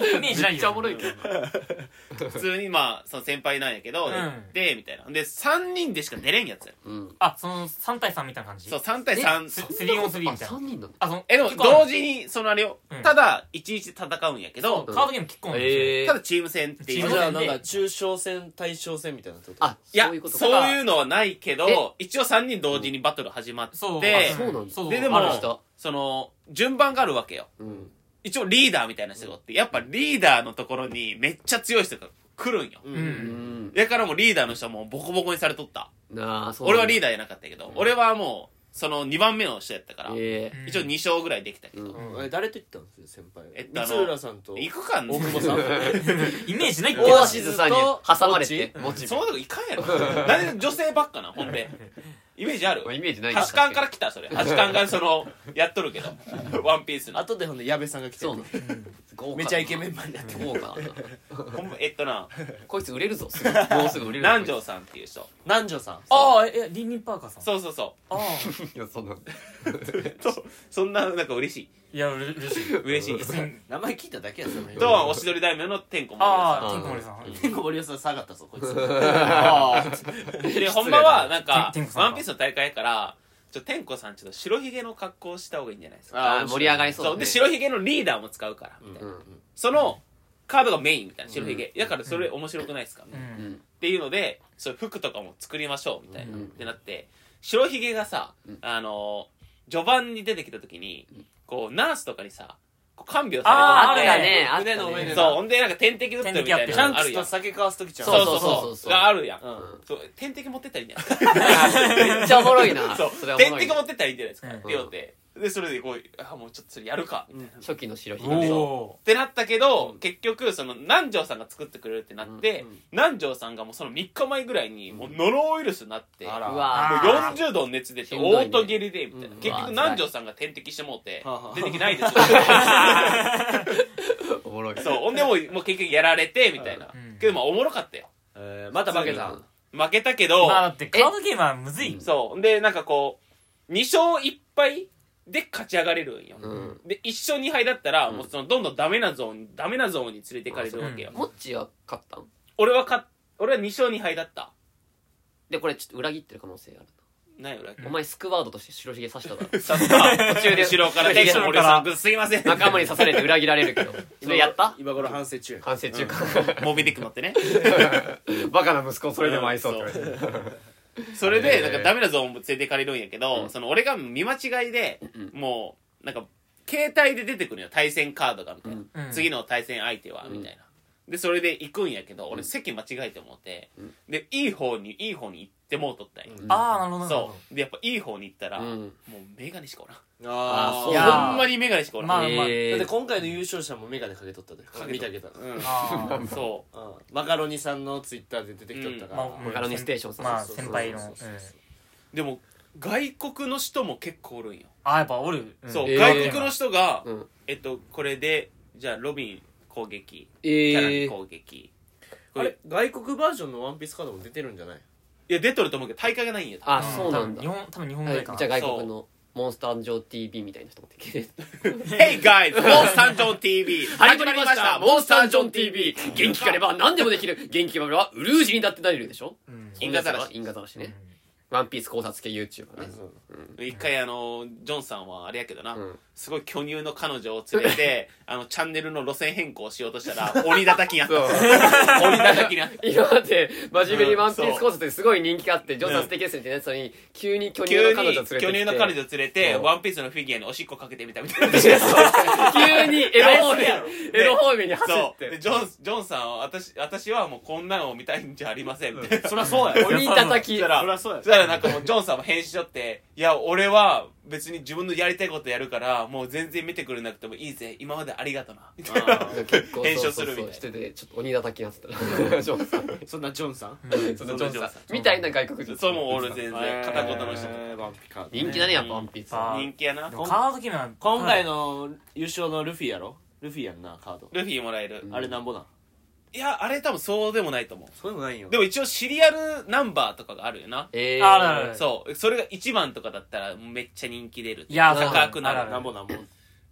Speaker 2: ろ
Speaker 3: イメージな
Speaker 4: め
Speaker 3: い
Speaker 4: っちゃお
Speaker 3: よ
Speaker 4: もろいけどな
Speaker 2: 普通にまあその先輩なんやけど、
Speaker 3: うん
Speaker 2: でみたいなで3人でしか出れんやつや
Speaker 4: うん
Speaker 3: あその3対3みたいな感じ
Speaker 2: そう3対3
Speaker 3: 3on3 みたい
Speaker 4: あ
Speaker 3: な
Speaker 4: 三人なの
Speaker 3: あその
Speaker 2: えでも
Speaker 3: 結構あ
Speaker 2: 同
Speaker 3: る
Speaker 2: 時にそのあれよ、
Speaker 3: うん
Speaker 2: ただ1日で戦うんやけど
Speaker 3: カードゲーム結構なんですよ
Speaker 4: ええ
Speaker 2: ただチーム戦ってい
Speaker 3: チー
Speaker 2: う
Speaker 3: ム
Speaker 1: じ
Speaker 3: 戦
Speaker 1: ゃあなんか中小戦大小戦みたいなってこと
Speaker 4: あ
Speaker 2: いや
Speaker 4: そういうこと
Speaker 2: そういうのはないけど一応3人同時にバトル始まって、
Speaker 3: そう
Speaker 2: で
Speaker 3: あ
Speaker 4: そうなんだ
Speaker 3: そう
Speaker 2: ででも
Speaker 4: ある人
Speaker 2: その順番があるわけよ
Speaker 4: うん
Speaker 2: 一応リーダーみたいな人がおってやっぱリーダーのところにめっちゃ強い人が来るんよ、
Speaker 1: う
Speaker 3: う
Speaker 4: うんん
Speaker 2: だからもうリーダーの人はもうボコボコにされとった
Speaker 4: なあそう
Speaker 2: 俺はリーダ
Speaker 4: ダ
Speaker 2: ーじゃなかったけど、俺はもうその2番目の人やったから、
Speaker 4: ええ
Speaker 2: 一応2勝ぐらいできたけど、
Speaker 4: うん
Speaker 1: え誰と行ったんですよ先輩
Speaker 2: えっとあの
Speaker 1: 光浦さんと
Speaker 2: 行くかんね
Speaker 1: 大久保さん
Speaker 3: イメージないけど
Speaker 4: 大静さんに挟まれて
Speaker 1: う
Speaker 4: もち
Speaker 2: そんなとこ行かんやろなんで女性ばっかなほんでイメージある
Speaker 4: イメージない
Speaker 2: 八冠から来たそれ八冠がそのやっとるけどワンピースの
Speaker 1: あとでほんで矢部さんが来て
Speaker 4: そう
Speaker 1: る
Speaker 4: なの
Speaker 1: めちゃイケメンマンになって
Speaker 4: 豪華だな
Speaker 2: ほんまえっとな
Speaker 4: こいつ売れるぞすぐもうすぐ売れるぞ
Speaker 2: 南條さんっていう人
Speaker 1: 南條さん
Speaker 3: ああえリンリンパーカーさん
Speaker 2: そうそうそ
Speaker 3: ああ
Speaker 4: いやそんな
Speaker 2: うとそんななんか嬉し
Speaker 3: いやうれ嬉しい
Speaker 2: い嬉しい
Speaker 1: 名前聞いただけやその
Speaker 2: と はおしどり大名の天子も
Speaker 3: あ
Speaker 4: う
Speaker 3: あ天
Speaker 4: ん
Speaker 3: 狗森さん
Speaker 1: 天狗森さん下がったぞこいつ あー
Speaker 2: でほんまはなんか
Speaker 3: 天天子さんか
Speaker 2: ワンピースの大会やからちょ天子さんちょっと白ひげの格好をした方がいいんじゃないですか
Speaker 4: あー盛り上がりそうだ
Speaker 2: そう
Speaker 4: ね
Speaker 2: で白ひげのリーダーも使うからみたいな
Speaker 4: うん
Speaker 2: そのカードがメインみたいな白ひげだからそれ面白くないですかみた
Speaker 3: う
Speaker 2: いなっ
Speaker 3: ん
Speaker 2: ていうのでそういう服とかも作りましょうみたいな
Speaker 4: うん
Speaker 2: ってなって白ひげがさ
Speaker 4: うん
Speaker 2: あのー序盤に出てきた時にこうナースとかにさこう看病
Speaker 3: あー
Speaker 2: さ
Speaker 4: あ
Speaker 2: れ
Speaker 4: った
Speaker 2: て
Speaker 3: ある
Speaker 4: ねあった
Speaker 1: 胸の上
Speaker 4: ね
Speaker 1: で
Speaker 2: そうほんでなんか点滴打ってるみたい
Speaker 3: 点
Speaker 2: な
Speaker 1: シャン
Speaker 2: のあ
Speaker 1: ク
Speaker 2: る
Speaker 1: ス
Speaker 2: や
Speaker 1: と
Speaker 2: ん
Speaker 1: 酒交わす時ちゃん
Speaker 2: そう
Speaker 4: そうそうそ
Speaker 2: そうう
Speaker 4: そ
Speaker 2: そううがあるやん
Speaker 1: うん
Speaker 2: そう点滴持ってったらいいんじゃない
Speaker 4: めっちゃおもろいな
Speaker 2: そう
Speaker 4: それはおも
Speaker 2: 点
Speaker 4: ろい
Speaker 2: 滴
Speaker 4: な
Speaker 2: 持ってったらいいんじゃないですか
Speaker 3: うん
Speaker 2: って言おうてでそれでこうあもうちょっとそれやるかみたいなっ
Speaker 4: 初期の白ひ
Speaker 3: お
Speaker 4: げ
Speaker 3: お
Speaker 2: てなったけど結局その南條さんが作ってくれるってなって
Speaker 1: うんうん
Speaker 2: 南條さんがもうその3日前ぐらいにもうノロウイルスになって
Speaker 1: あ
Speaker 2: も
Speaker 1: ら
Speaker 4: うわ
Speaker 2: う40度の熱出て
Speaker 4: しんどいね
Speaker 2: オート下痢でみたいな
Speaker 1: うん
Speaker 2: 結
Speaker 4: うわ
Speaker 2: 局南條さんが点滴してもうて
Speaker 1: はあはあ
Speaker 2: 出てきないです
Speaker 4: おもろい
Speaker 2: そうほんでもうもう結局やられてみたいな
Speaker 3: うん
Speaker 2: けどまあおもろかったよ
Speaker 1: えーまた負けたん
Speaker 2: 負けたけど
Speaker 3: まあだ ってカードゲームはむずい
Speaker 2: そうほんでなんかこう2勝1敗で勝ち上がれるんよ
Speaker 4: うん
Speaker 2: で1勝2敗だったらもうそのどんどんダメなゾーンダメなゾーンに連れていかれるわけよ
Speaker 4: モッチーは勝ったん
Speaker 2: 俺は勝っ俺は2勝2敗だった
Speaker 4: でこれちょっと裏切ってる可能性ある
Speaker 5: ないよラッキー
Speaker 4: お前スクワードとして白ひげ刺しただろ
Speaker 2: さすが途中で後ろから手
Speaker 4: 後
Speaker 2: が
Speaker 4: ろ
Speaker 2: 俺さんすいません
Speaker 4: 仲間に刺されて裏切られるけど それやった
Speaker 1: 今頃反省中や
Speaker 4: 反省中か、
Speaker 2: モビディック乗って ね
Speaker 4: バカな息子をそれでも愛そうって言われて
Speaker 2: それ
Speaker 4: え
Speaker 2: で
Speaker 4: ー
Speaker 2: なんかダメなゾーンも連れてかれるんやけど、
Speaker 4: うん
Speaker 2: その俺が見間違いで、もうなんか携帯で出てくるよ対戦カードがみたいな、
Speaker 3: うん
Speaker 2: 次の対戦相手はみたいな、でそれで行くんやけど俺席間違えて思って、でいい方にいい方に行ってもうとったんや、
Speaker 3: ああなるほどなるほ
Speaker 2: そうでやっぱいい方に行ったら、
Speaker 4: うん
Speaker 2: もうメガネしかおらん
Speaker 4: あー
Speaker 1: あ
Speaker 4: そう
Speaker 1: あ
Speaker 3: いやー
Speaker 2: ほんまにメガネしかおらん、
Speaker 3: まあまあ
Speaker 4: え
Speaker 1: だって
Speaker 4: ー
Speaker 1: 今回の優勝者もメガネかけとったで見たけど、
Speaker 2: うん
Speaker 3: どあ ー
Speaker 2: そ
Speaker 1: うんマカロニさんのツイッターで出てきとったから、
Speaker 3: まあ
Speaker 4: マカロニステーションさん
Speaker 3: まあ
Speaker 1: そうそう
Speaker 3: 先
Speaker 1: そう
Speaker 3: 輩のう
Speaker 1: そ
Speaker 3: ん
Speaker 1: うそうそう
Speaker 2: うでも外国の人も結構おるんよ、
Speaker 3: ああやっぱおるん
Speaker 2: そう、
Speaker 4: えー
Speaker 2: 外国の人が、
Speaker 4: うん
Speaker 2: えっとこれでじゃあロビン攻撃
Speaker 4: え
Speaker 2: キャラに
Speaker 4: ー
Speaker 2: 攻撃、
Speaker 1: あれ外国バージョンのワンピースカードも出てるんじゃない
Speaker 2: いや出とると思うけど大会がないんや多分
Speaker 4: あそうなんだ
Speaker 3: 多分日本多分日本ぐ
Speaker 4: は
Speaker 3: ら
Speaker 4: い
Speaker 3: いかな
Speaker 4: じゃあ外国のモンスター上 TV みたいな人もできる
Speaker 2: Hey guys! モンスタージョン TV!
Speaker 4: 始まりましたモンスタージョン TV 元気があれば何でもできる元気があればウルージにだってなれるでしょ
Speaker 3: うん
Speaker 4: イ
Speaker 2: イ
Speaker 4: ン
Speaker 2: ンガ
Speaker 4: ガザ
Speaker 2: ザ
Speaker 4: ラ
Speaker 2: ラ
Speaker 4: シ
Speaker 2: シ
Speaker 4: インガザラシね、ワンピース考察系 YouTuber ね、
Speaker 2: 一回あのジョンさんはあれやけどな、
Speaker 4: うん
Speaker 2: すごい巨乳の彼女を連れ てあのチャンネルの路線変更しようとしたら鬼叩きにあっ
Speaker 4: そう
Speaker 2: た 鬼叩きにあっ た
Speaker 4: 今まで真面目にワンピース考察ですごい人気があって、ジョンさん素敵ですねってやつに、急に巨乳
Speaker 2: 急
Speaker 4: の
Speaker 2: に
Speaker 4: 彼女を連れてきて。
Speaker 2: 巨乳の彼女連れて
Speaker 4: そう
Speaker 2: ワンピースのフィギュアにおしっこかけてみたみ たいな
Speaker 4: 急にエロ方面、
Speaker 2: ろ
Speaker 4: エロ方面に走っ
Speaker 2: そうで
Speaker 4: て。
Speaker 2: ジョンジョンさんは私私はもうこんなのを見たいんじゃありませんみたいなそりゃそうや
Speaker 4: 鬼叩き。
Speaker 2: そ
Speaker 5: そりゃそうや
Speaker 2: そしたらなんかもうジョンさんも返信しとって「いや俺は別に自分のやりたいことやるからもう全然見てくれなくてもいいぜ今までありがとな」みたいな
Speaker 4: 結構
Speaker 2: 編集
Speaker 4: そうそ
Speaker 2: す
Speaker 4: う
Speaker 2: るみたい
Speaker 4: そう
Speaker 2: な
Speaker 4: しててちょっと鬼叩きになって たジョンさん
Speaker 1: そんなジョンさん
Speaker 4: そのジョンさん
Speaker 2: ジョンさ
Speaker 4: みたいな外国人
Speaker 2: そうもう俺全然片言の人
Speaker 1: えーワンピカード
Speaker 4: 人気だねやっぱワンピース
Speaker 3: あー
Speaker 2: 人気やな
Speaker 3: でもカードゲームは
Speaker 1: 今回の優勝のルフィやろルフィやんなカード、
Speaker 2: ルフィもらえる
Speaker 1: あれなんぼなん
Speaker 2: いやあれ多分そうでもないと思う
Speaker 1: そうでもないよ
Speaker 2: でも一応シリアルナンバーとかがあるよな
Speaker 4: え
Speaker 3: あらら
Speaker 4: ー
Speaker 3: ら
Speaker 2: そうそれが1番とかだったらめっちゃ人気出る
Speaker 3: いや
Speaker 4: ー
Speaker 2: 高く
Speaker 3: あ
Speaker 2: な
Speaker 3: ら
Speaker 2: る
Speaker 3: ら
Speaker 1: なんぼなんぼで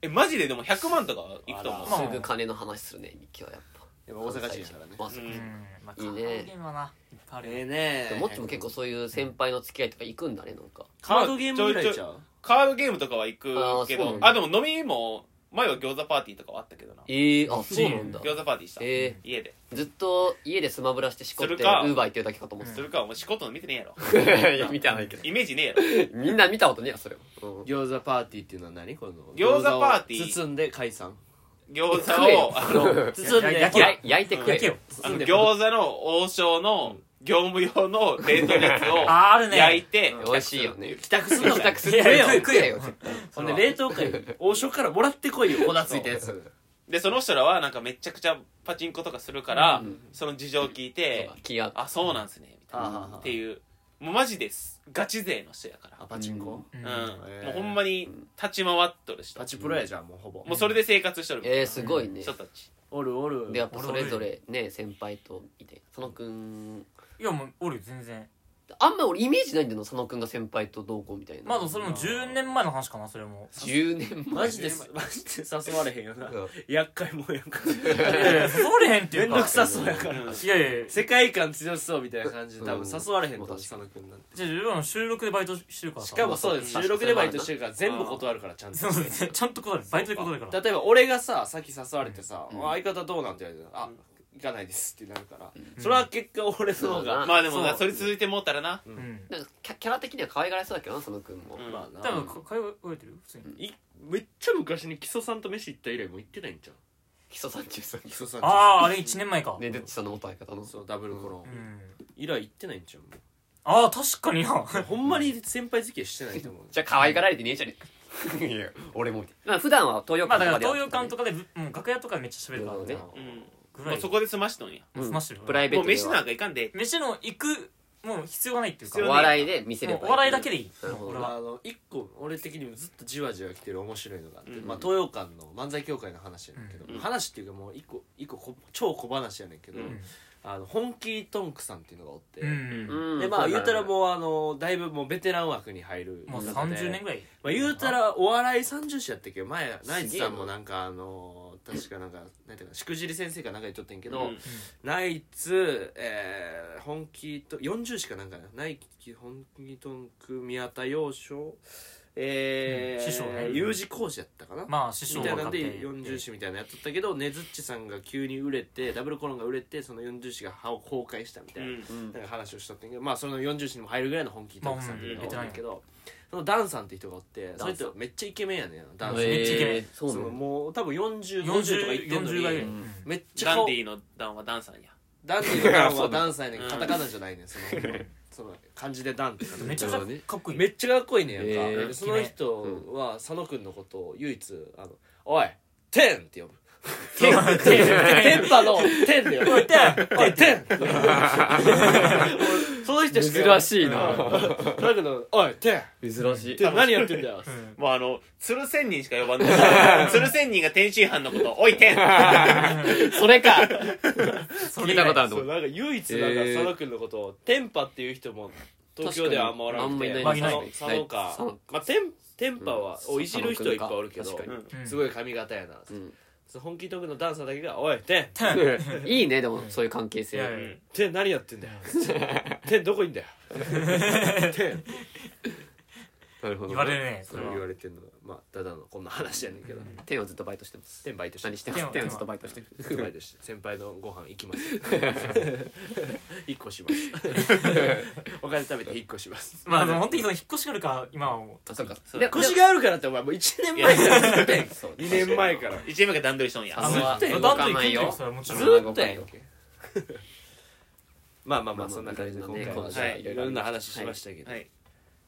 Speaker 2: えマジででも100万とかいくと思う
Speaker 1: あ
Speaker 3: ら
Speaker 4: すぐ金の話するねミキはやっぱ
Speaker 1: も大阪人やからね
Speaker 4: まあそう
Speaker 2: う
Speaker 3: うん
Speaker 2: ん
Speaker 3: まあカ
Speaker 4: いい
Speaker 3: ード
Speaker 4: ね
Speaker 3: ゲームはないっぱいあるよ
Speaker 1: ね
Speaker 4: でももっちも結構そういう先輩の付き合いとか行くんだねなんか
Speaker 1: カードゲームぐらいちゃう
Speaker 2: カードゲームとかは行くけ
Speaker 4: あーそう
Speaker 2: ど
Speaker 4: なんだ
Speaker 2: あでも飲みも前は餃子パーティーとかはあったけどな
Speaker 4: ええあそうなんだ
Speaker 2: 餃子パーティーした
Speaker 4: え
Speaker 2: 家で
Speaker 4: ーずっと家でスマブラしてしこってウ
Speaker 2: するか
Speaker 4: ーバー行ってるだけかと思っ
Speaker 2: そ
Speaker 4: て
Speaker 2: れかお前仕事の見てねえ やろ
Speaker 4: たいや見てはないけど
Speaker 2: イメージねえやろ
Speaker 4: みんな見たことねえよそれうん
Speaker 1: 餃子パーティーっていうのは何この
Speaker 2: 餃子パーティー
Speaker 1: 餃子を包んで解散
Speaker 2: 餃
Speaker 4: 食え
Speaker 2: 子
Speaker 4: よ
Speaker 2: をあの
Speaker 1: 包ん
Speaker 3: いや
Speaker 1: で
Speaker 3: 焼
Speaker 4: いや
Speaker 3: け
Speaker 4: 焼いてく
Speaker 3: 焼けよ
Speaker 4: れ
Speaker 2: あの餃子の王将の業務用の冷凍のやつ を
Speaker 3: あーあるね
Speaker 2: 焼いて
Speaker 4: 美味しいよね
Speaker 1: 帰宅すんのか
Speaker 4: 帰
Speaker 1: よ
Speaker 4: 宅す
Speaker 3: い
Speaker 4: る
Speaker 3: やいや
Speaker 4: 食えよ絶対
Speaker 1: ほんで冷凍庫に王将からもらってこいよ粉ついたやつ
Speaker 2: でその人らはなんかめちゃくちゃパチンコとかするから、
Speaker 4: うん
Speaker 2: その事情を聞いて
Speaker 4: そうだ気が
Speaker 2: あそうなんすねみたい
Speaker 1: あはは
Speaker 2: なっていうもうマジですガチ勢の人やから
Speaker 1: あパチンコ
Speaker 2: うん、
Speaker 1: へー
Speaker 2: もうほんまに立ち回っとる人
Speaker 1: パチプロやじゃんもうほぼ
Speaker 2: もうそれで生活しとるみたいな
Speaker 4: えーすごいね
Speaker 2: 人たち
Speaker 1: おるおる
Speaker 4: でやっぱそれぞれね先輩とみたいな佐野くん
Speaker 3: いやもうおるよ全然
Speaker 4: あんま俺イメージないんだよな佐野くんが先輩と同行みたいな
Speaker 3: まあでもそれも10年前の話かなそれも
Speaker 4: 10年前
Speaker 1: マジですマジで誘われへんよな
Speaker 4: うん
Speaker 1: 厄介もんやんか
Speaker 3: いやいや誘われへんってい
Speaker 1: め
Speaker 3: うんか
Speaker 1: どくさそうやから
Speaker 2: うん
Speaker 3: いやいやいや
Speaker 1: 世界観強そうみたいな感じで多分
Speaker 4: うん
Speaker 1: 誘われへんと思
Speaker 4: まあ
Speaker 1: う佐野君なんて
Speaker 3: じゃあ自分は収録でバイトしてるから
Speaker 1: し
Speaker 3: さ
Speaker 1: かもそうです
Speaker 4: まあ
Speaker 1: 収録でバイトしてるから全部断るからちゃんと
Speaker 3: そうそうそうちゃんと断るバイトで断るから
Speaker 1: 例えば俺がささっき誘われてさ「
Speaker 4: うん
Speaker 1: お相方どうなん?」て言われて「あ行かないです」ってなるからそれは結果俺の方
Speaker 4: う
Speaker 1: が
Speaker 4: ん
Speaker 2: まあでもな
Speaker 3: そう
Speaker 2: それ続いてもうたらな、
Speaker 3: うん
Speaker 4: なんかキャキャラ的には可愛がられそうだけどな佐野くんも
Speaker 2: うん
Speaker 1: まあ
Speaker 3: 多
Speaker 1: な
Speaker 3: 分か会話覚えてる普通に
Speaker 1: いめっちゃ昔に木曽さんと飯行った以来もう行ってないんちゃう
Speaker 4: 基礎33
Speaker 1: 木曽さん
Speaker 3: あああれ1年前か
Speaker 4: ねでっちさんの元相方の
Speaker 1: そうダブルコロ
Speaker 3: うん
Speaker 1: 以来行ってないんちゃうも
Speaker 3: ああ確かにな
Speaker 1: うほんまに先輩付き合いしてないと思う
Speaker 4: じゃあ可愛がられてねえじゃねえいや俺もまあ普段は東洋
Speaker 3: まあ
Speaker 4: 館とか
Speaker 3: だから
Speaker 4: で
Speaker 3: 東洋館とかでぶもう楽屋とかでめっちゃ喋るから
Speaker 4: ね
Speaker 2: うん
Speaker 3: ぐ
Speaker 2: も
Speaker 3: ら
Speaker 2: う
Speaker 3: い
Speaker 2: そこで済ましとんや
Speaker 4: うん
Speaker 3: 済ましてる
Speaker 4: プライベ
Speaker 2: も
Speaker 4: ー
Speaker 2: う
Speaker 4: トで
Speaker 2: 飯な
Speaker 4: は
Speaker 2: んかいかんで
Speaker 3: 飯の行くもう必要がないっていうか
Speaker 2: 必
Speaker 4: お
Speaker 2: 要
Speaker 3: も
Speaker 2: ない
Speaker 4: 笑いで見せれば
Speaker 3: うお笑いだけでいい
Speaker 4: なるほど
Speaker 3: 俺
Speaker 1: あ
Speaker 3: は
Speaker 1: の一個俺的にもずっとじわじわ来てる面白いのがあって、
Speaker 2: うん
Speaker 1: まあ、東洋館の漫才協会の話やねんけど、
Speaker 3: うん
Speaker 2: うん
Speaker 1: 話っていうかもう一個一個こ超小話やねんけど、
Speaker 2: うん
Speaker 1: あの本気トンクさんっていうのがおって、
Speaker 3: うん
Speaker 4: うん
Speaker 1: でまあ言うたら
Speaker 4: う
Speaker 1: もうあのだいぶもうベテラン枠に入る
Speaker 3: もう
Speaker 1: 中で
Speaker 3: 30年ぐらい
Speaker 1: まあ、言うたらお笑い三重師やったっけど前ナイツさん
Speaker 4: すげえ
Speaker 1: も
Speaker 4: な
Speaker 1: なんかあの確かなんか何ていうかしくじり先生かなんか言っとってんけ
Speaker 2: け
Speaker 1: ど、ナイツ、えー、本気と40しかなんかなナイツ本気とんく宮田洋翔えー
Speaker 3: うん師匠ね
Speaker 1: U 字工事やったかな、
Speaker 3: まあ師匠
Speaker 1: みたいなん
Speaker 3: 若手
Speaker 1: で40師みたいなのやっとったけどねずっちさんが急に売れてダブルコロンが売れてその40師が歯を崩壊したみたいな、
Speaker 4: ん
Speaker 1: なんか話をしとってんけどまあその40師にも入るぐらいの本気トンクさんっていうのがおるんだけど、そのダンさんって人がおってそれとめっちゃイケメンやねんなダンさん、
Speaker 3: へめっちゃイケメン
Speaker 4: えーそう
Speaker 1: そ
Speaker 4: な
Speaker 1: の
Speaker 4: の
Speaker 1: もう多分4040とか言っ
Speaker 3: 40
Speaker 1: てんの
Speaker 3: 40ぐらい
Speaker 1: に
Speaker 3: うん
Speaker 1: めっちゃ
Speaker 2: ダン
Speaker 1: 顔
Speaker 2: ディのダンはダンさんや
Speaker 1: ダンディのダン
Speaker 4: そ
Speaker 1: は
Speaker 4: うだ
Speaker 1: ダンさんやねん
Speaker 2: うん
Speaker 1: カタカナじゃないねんそのその漢字でダンって書く
Speaker 3: めちゃくちゃかっこいい
Speaker 1: めっちゃかっこいいねんやんか、
Speaker 4: へー
Speaker 1: でその人は佐野くんのことを唯一「あのおいテン!」って呼ぶ
Speaker 3: テン
Speaker 1: テンテンパのテンで呼ぶ「おいテン!」おいテンその人しか
Speaker 4: 珍しいな
Speaker 1: 佐野くんの「おいテン!」
Speaker 4: 珍しい
Speaker 1: テン何やってんだよ
Speaker 2: もうあの鶴仙人しか呼ばん ない鶴仙人が天津飯のこと「おい てん!
Speaker 4: それか
Speaker 3: そ
Speaker 4: 聞いたことあると
Speaker 1: そう
Speaker 4: 思う
Speaker 1: なんか唯一なんか
Speaker 4: えー
Speaker 1: 佐野くんのことを「テンパ」っていう人も東京ではあんまおらんくて
Speaker 4: 確かに
Speaker 3: あんまい
Speaker 1: まあ
Speaker 3: ない
Speaker 1: 佐野佐野か
Speaker 4: 佐野
Speaker 1: まあテンテンパは
Speaker 4: うん
Speaker 1: をいじる人はいっぱいおるけど
Speaker 4: 佐野くんか」
Speaker 3: うん
Speaker 1: すごい髪型やな
Speaker 4: うん
Speaker 1: その本気トークのダンサーだけが「おいテン
Speaker 4: いいねでもそういう関係
Speaker 3: いやい
Speaker 4: 性
Speaker 3: や
Speaker 1: テン何やってんだよテンどこいんだよ」テン
Speaker 4: なるほど
Speaker 3: 言われるねそ
Speaker 1: そ
Speaker 3: れ
Speaker 1: れ
Speaker 3: は
Speaker 1: 言われてんのがまあただのこんな話やねんけど
Speaker 4: 天はずっとバイトしてます
Speaker 1: テンバイトして
Speaker 4: 何してます天
Speaker 3: 天は
Speaker 4: はずっとバイトしてる
Speaker 1: バイトして先輩のご飯行き ます一個しますお金食べて一個します
Speaker 3: まあでも本当にその引っ越しがあるから今はも
Speaker 4: あそうか
Speaker 2: そう
Speaker 4: で
Speaker 1: 腰があるからってお前もう1年前から吸ってん2年前から」
Speaker 2: 一年目が段取りしとんや
Speaker 3: う
Speaker 4: あそのう
Speaker 2: あ
Speaker 3: ずっと
Speaker 4: 動
Speaker 3: 断
Speaker 4: か
Speaker 3: ト
Speaker 4: ない
Speaker 3: ツ
Speaker 4: よ
Speaker 3: それはもちろ
Speaker 1: ず
Speaker 3: ん
Speaker 1: ーっとやんけまあまあま
Speaker 4: まあ
Speaker 1: あ
Speaker 4: まあ
Speaker 1: そんな感じで今回
Speaker 4: ね
Speaker 1: は
Speaker 2: はい
Speaker 1: はいいろんな話しましたけど
Speaker 2: はい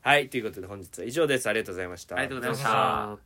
Speaker 1: はいということで本日は以上ですありがとうございました
Speaker 2: ありがとうございまし
Speaker 4: さ
Speaker 2: た
Speaker 4: あ